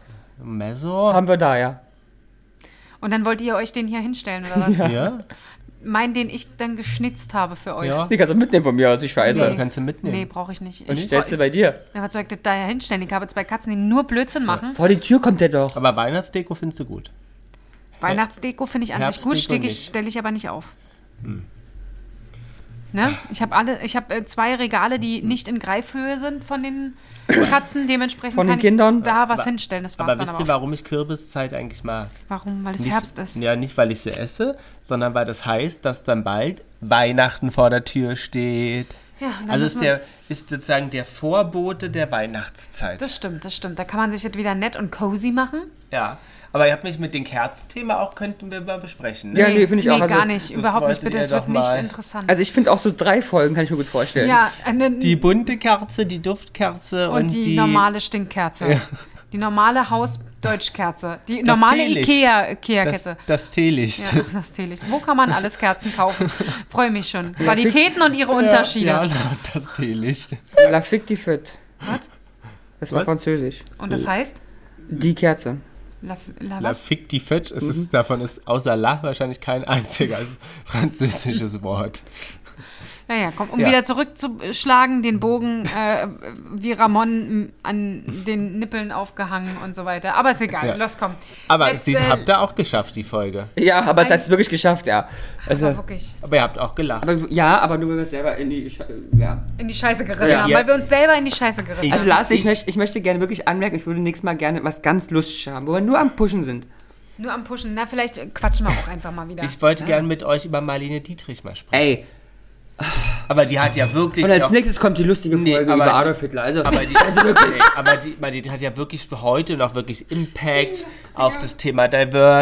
Speaker 1: Messer?
Speaker 2: Haben wir da, ja.
Speaker 3: Und dann wollt ihr euch den hier hinstellen oder was?
Speaker 1: Ja.
Speaker 3: Meinen, den ich dann geschnitzt habe für euch.
Speaker 1: Ja.
Speaker 2: Die kannst du mitnehmen von mir aus, die Scheiße.
Speaker 1: ja. Kannst du mitnehmen.
Speaker 3: Nee, brauche ich nicht.
Speaker 2: Und
Speaker 3: ich
Speaker 2: stellst du bei dir.
Speaker 3: Ja, was soll ich das da ja hinstellen? Ich habe zwei Katzen, die nur Blödsinn machen.
Speaker 2: Vor die Tür kommt der doch.
Speaker 1: Aber Weihnachtsdeko findest du gut.
Speaker 3: Weihnachtsdeko finde ich an sich gut,
Speaker 1: Herbstdeko
Speaker 3: stelle ich,
Speaker 1: nicht.
Speaker 3: stell ich aber nicht auf. Ne? Ich habe alle, ich habe äh, zwei Regale, die nicht in Greifhöhe sind von den Katzen. Dementsprechend
Speaker 2: Von den
Speaker 3: kann
Speaker 2: Kindern?
Speaker 3: ich da was
Speaker 1: Aber-
Speaker 3: hinstellen. Das war's
Speaker 1: Aber
Speaker 3: dann
Speaker 1: wisst
Speaker 3: aber
Speaker 1: ihr,
Speaker 3: auch.
Speaker 1: warum ich Kürbiszeit eigentlich mag?
Speaker 3: Warum? Weil es
Speaker 1: Nicht-
Speaker 3: Herbst ist.
Speaker 1: Ja, nicht weil ich sie esse, sondern weil das heißt, dass dann bald Weihnachten vor der Tür steht.
Speaker 3: Ja, und dann
Speaker 1: also
Speaker 3: muss
Speaker 1: ist
Speaker 3: man-
Speaker 1: der ist sozusagen der Vorbote der Weihnachtszeit.
Speaker 3: Das stimmt, das stimmt. Da kann man sich jetzt wieder nett und cozy machen.
Speaker 1: ja. Aber ihr habt mich mit dem Kerzenthema auch könnten wir mal besprechen. Ne?
Speaker 2: Ja, nee, finde ich auch.
Speaker 3: Nee,
Speaker 2: Also,
Speaker 3: gar
Speaker 1: das
Speaker 3: nicht. Überhaupt nicht.
Speaker 1: wolltet
Speaker 3: Bitte,
Speaker 1: ihr
Speaker 3: es
Speaker 1: doch
Speaker 3: wird nicht
Speaker 1: mal.
Speaker 3: interessant.
Speaker 2: Also ich finde auch so drei Folgen kann ich mir gut vorstellen.
Speaker 3: ja, äh, ne, eine,
Speaker 1: Die bunte Kerze, die Duftkerze und,
Speaker 3: Und die, normale Stinkkerze. Die normale Hausdeutschkerze. Die normale
Speaker 1: Teelicht. das,
Speaker 3: Ikea-Kette.
Speaker 1: das Teelicht.
Speaker 3: Ja, das Teelicht. Wo kann man alles Kerzen kaufen? Freue mich schon. Qualitäten und ihre Unterschiede.
Speaker 1: Ja, ja, das Teelicht.
Speaker 2: La Fick die Fit.
Speaker 3: Was?
Speaker 2: Das war
Speaker 1: Was?
Speaker 2: französisch.
Speaker 3: Und das heißt?
Speaker 2: Die Kerze.
Speaker 3: La, la,
Speaker 1: La
Speaker 3: was?
Speaker 1: Fic die Fetch, es ist, davon ist außer La wahrscheinlich kein einziger es ist ein französisches Wort.
Speaker 3: Naja, komm, um
Speaker 1: Ja.
Speaker 3: wieder zurückzuschlagen, den Bogen äh, wie Ramon m, an den Nippeln aufgehangen und so weiter. Aber ist egal,
Speaker 1: Ja.
Speaker 3: los, komm.
Speaker 1: Aber
Speaker 3: Jetzt,
Speaker 1: sie
Speaker 3: äh,
Speaker 1: habt ihr auch geschafft, die Folge.
Speaker 2: Ja, aber es hat es wirklich geschafft, ja.
Speaker 3: aber
Speaker 2: Also,
Speaker 3: wirklich
Speaker 1: Aber ihr habt auch gelacht.
Speaker 2: aber, ja, aber nur wenn wir es selber in die. Sch ja.
Speaker 3: in die Scheiße geritten
Speaker 2: Ja.
Speaker 3: haben,
Speaker 1: Ja.
Speaker 3: weil wir uns selber in die Scheiße geritten
Speaker 2: Also,
Speaker 3: haben.
Speaker 2: Lars, ich,
Speaker 1: Ich-
Speaker 2: möcht- ich möchte gerne wirklich anmerken, ich würde nächstes Mal gerne was ganz Lustiges haben, wo wir nur am Pushen sind.
Speaker 3: Nur am Pushen. Na, vielleicht quatschen wir auch einfach mal wieder.
Speaker 1: Ich wollte gerne mit euch über Marlene Dietrich mal sprechen.
Speaker 2: Ey,
Speaker 1: Aber die hat ja wirklich.
Speaker 2: und als
Speaker 1: noch-
Speaker 2: nächstes kommt die lustige
Speaker 1: Nee,
Speaker 2: Folge
Speaker 1: aber
Speaker 2: über
Speaker 1: die-
Speaker 2: Adolf Hitler. Also,
Speaker 1: Aber die,
Speaker 2: also wirklich.
Speaker 1: Nee, aber die, man, die hat ja wirklich heute noch wirklich Impact auf das Thema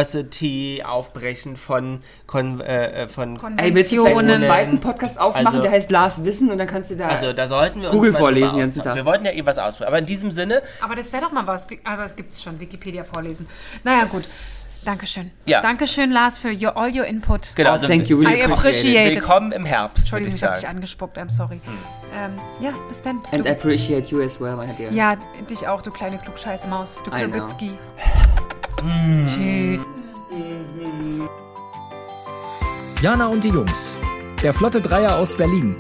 Speaker 1: Diversity, Aufbrechen von, Kon äh, äh, von
Speaker 2: Ey, willst du vielleicht einen
Speaker 1: Konventionen.
Speaker 2: zweiten Podcast aufmachen,
Speaker 1: Also-
Speaker 2: der heißt Lars Wissen und dann kannst du da.
Speaker 1: Also da sollten wir
Speaker 2: Google
Speaker 1: uns mal
Speaker 2: vorlesen
Speaker 1: drüber
Speaker 2: den ganzen
Speaker 1: austauschen.
Speaker 2: Tag.
Speaker 1: Wir wollten ja eh was ausprobieren. Aber in diesem Sinne,
Speaker 3: Aber das wäre doch mal was. Aber es gibt's schon. Wikipedia vorlesen. Naja, gut. Dankeschön.
Speaker 1: Ja.
Speaker 3: Dankeschön, Lars, für your, all your input.
Speaker 1: genau.
Speaker 2: Oh, thank you, really
Speaker 3: I appreciate it.
Speaker 1: Willkommen im Herbst, würde
Speaker 3: Entschuldigung,
Speaker 1: ich
Speaker 3: ich habe dich
Speaker 1: sagen. Hm.
Speaker 3: angespuckt. I'm sorry. Ähm, ja, bis dann.
Speaker 2: And I
Speaker 3: Du,
Speaker 2: appreciate you as well, my dear.
Speaker 3: ja, dich auch, du kleine Klugscheißmaus. Du
Speaker 2: I know.
Speaker 3: Klobitzki.
Speaker 1: Hm.
Speaker 3: Tschüss.
Speaker 4: Jana und die Jungs. Der Flotte Dreier aus Berlin.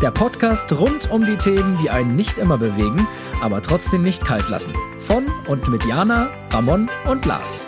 Speaker 4: Der Podcast rund um die Themen, die einen nicht immer bewegen, aber trotzdem nicht kalt lassen. Von und mit Jana, Ramon und Lars.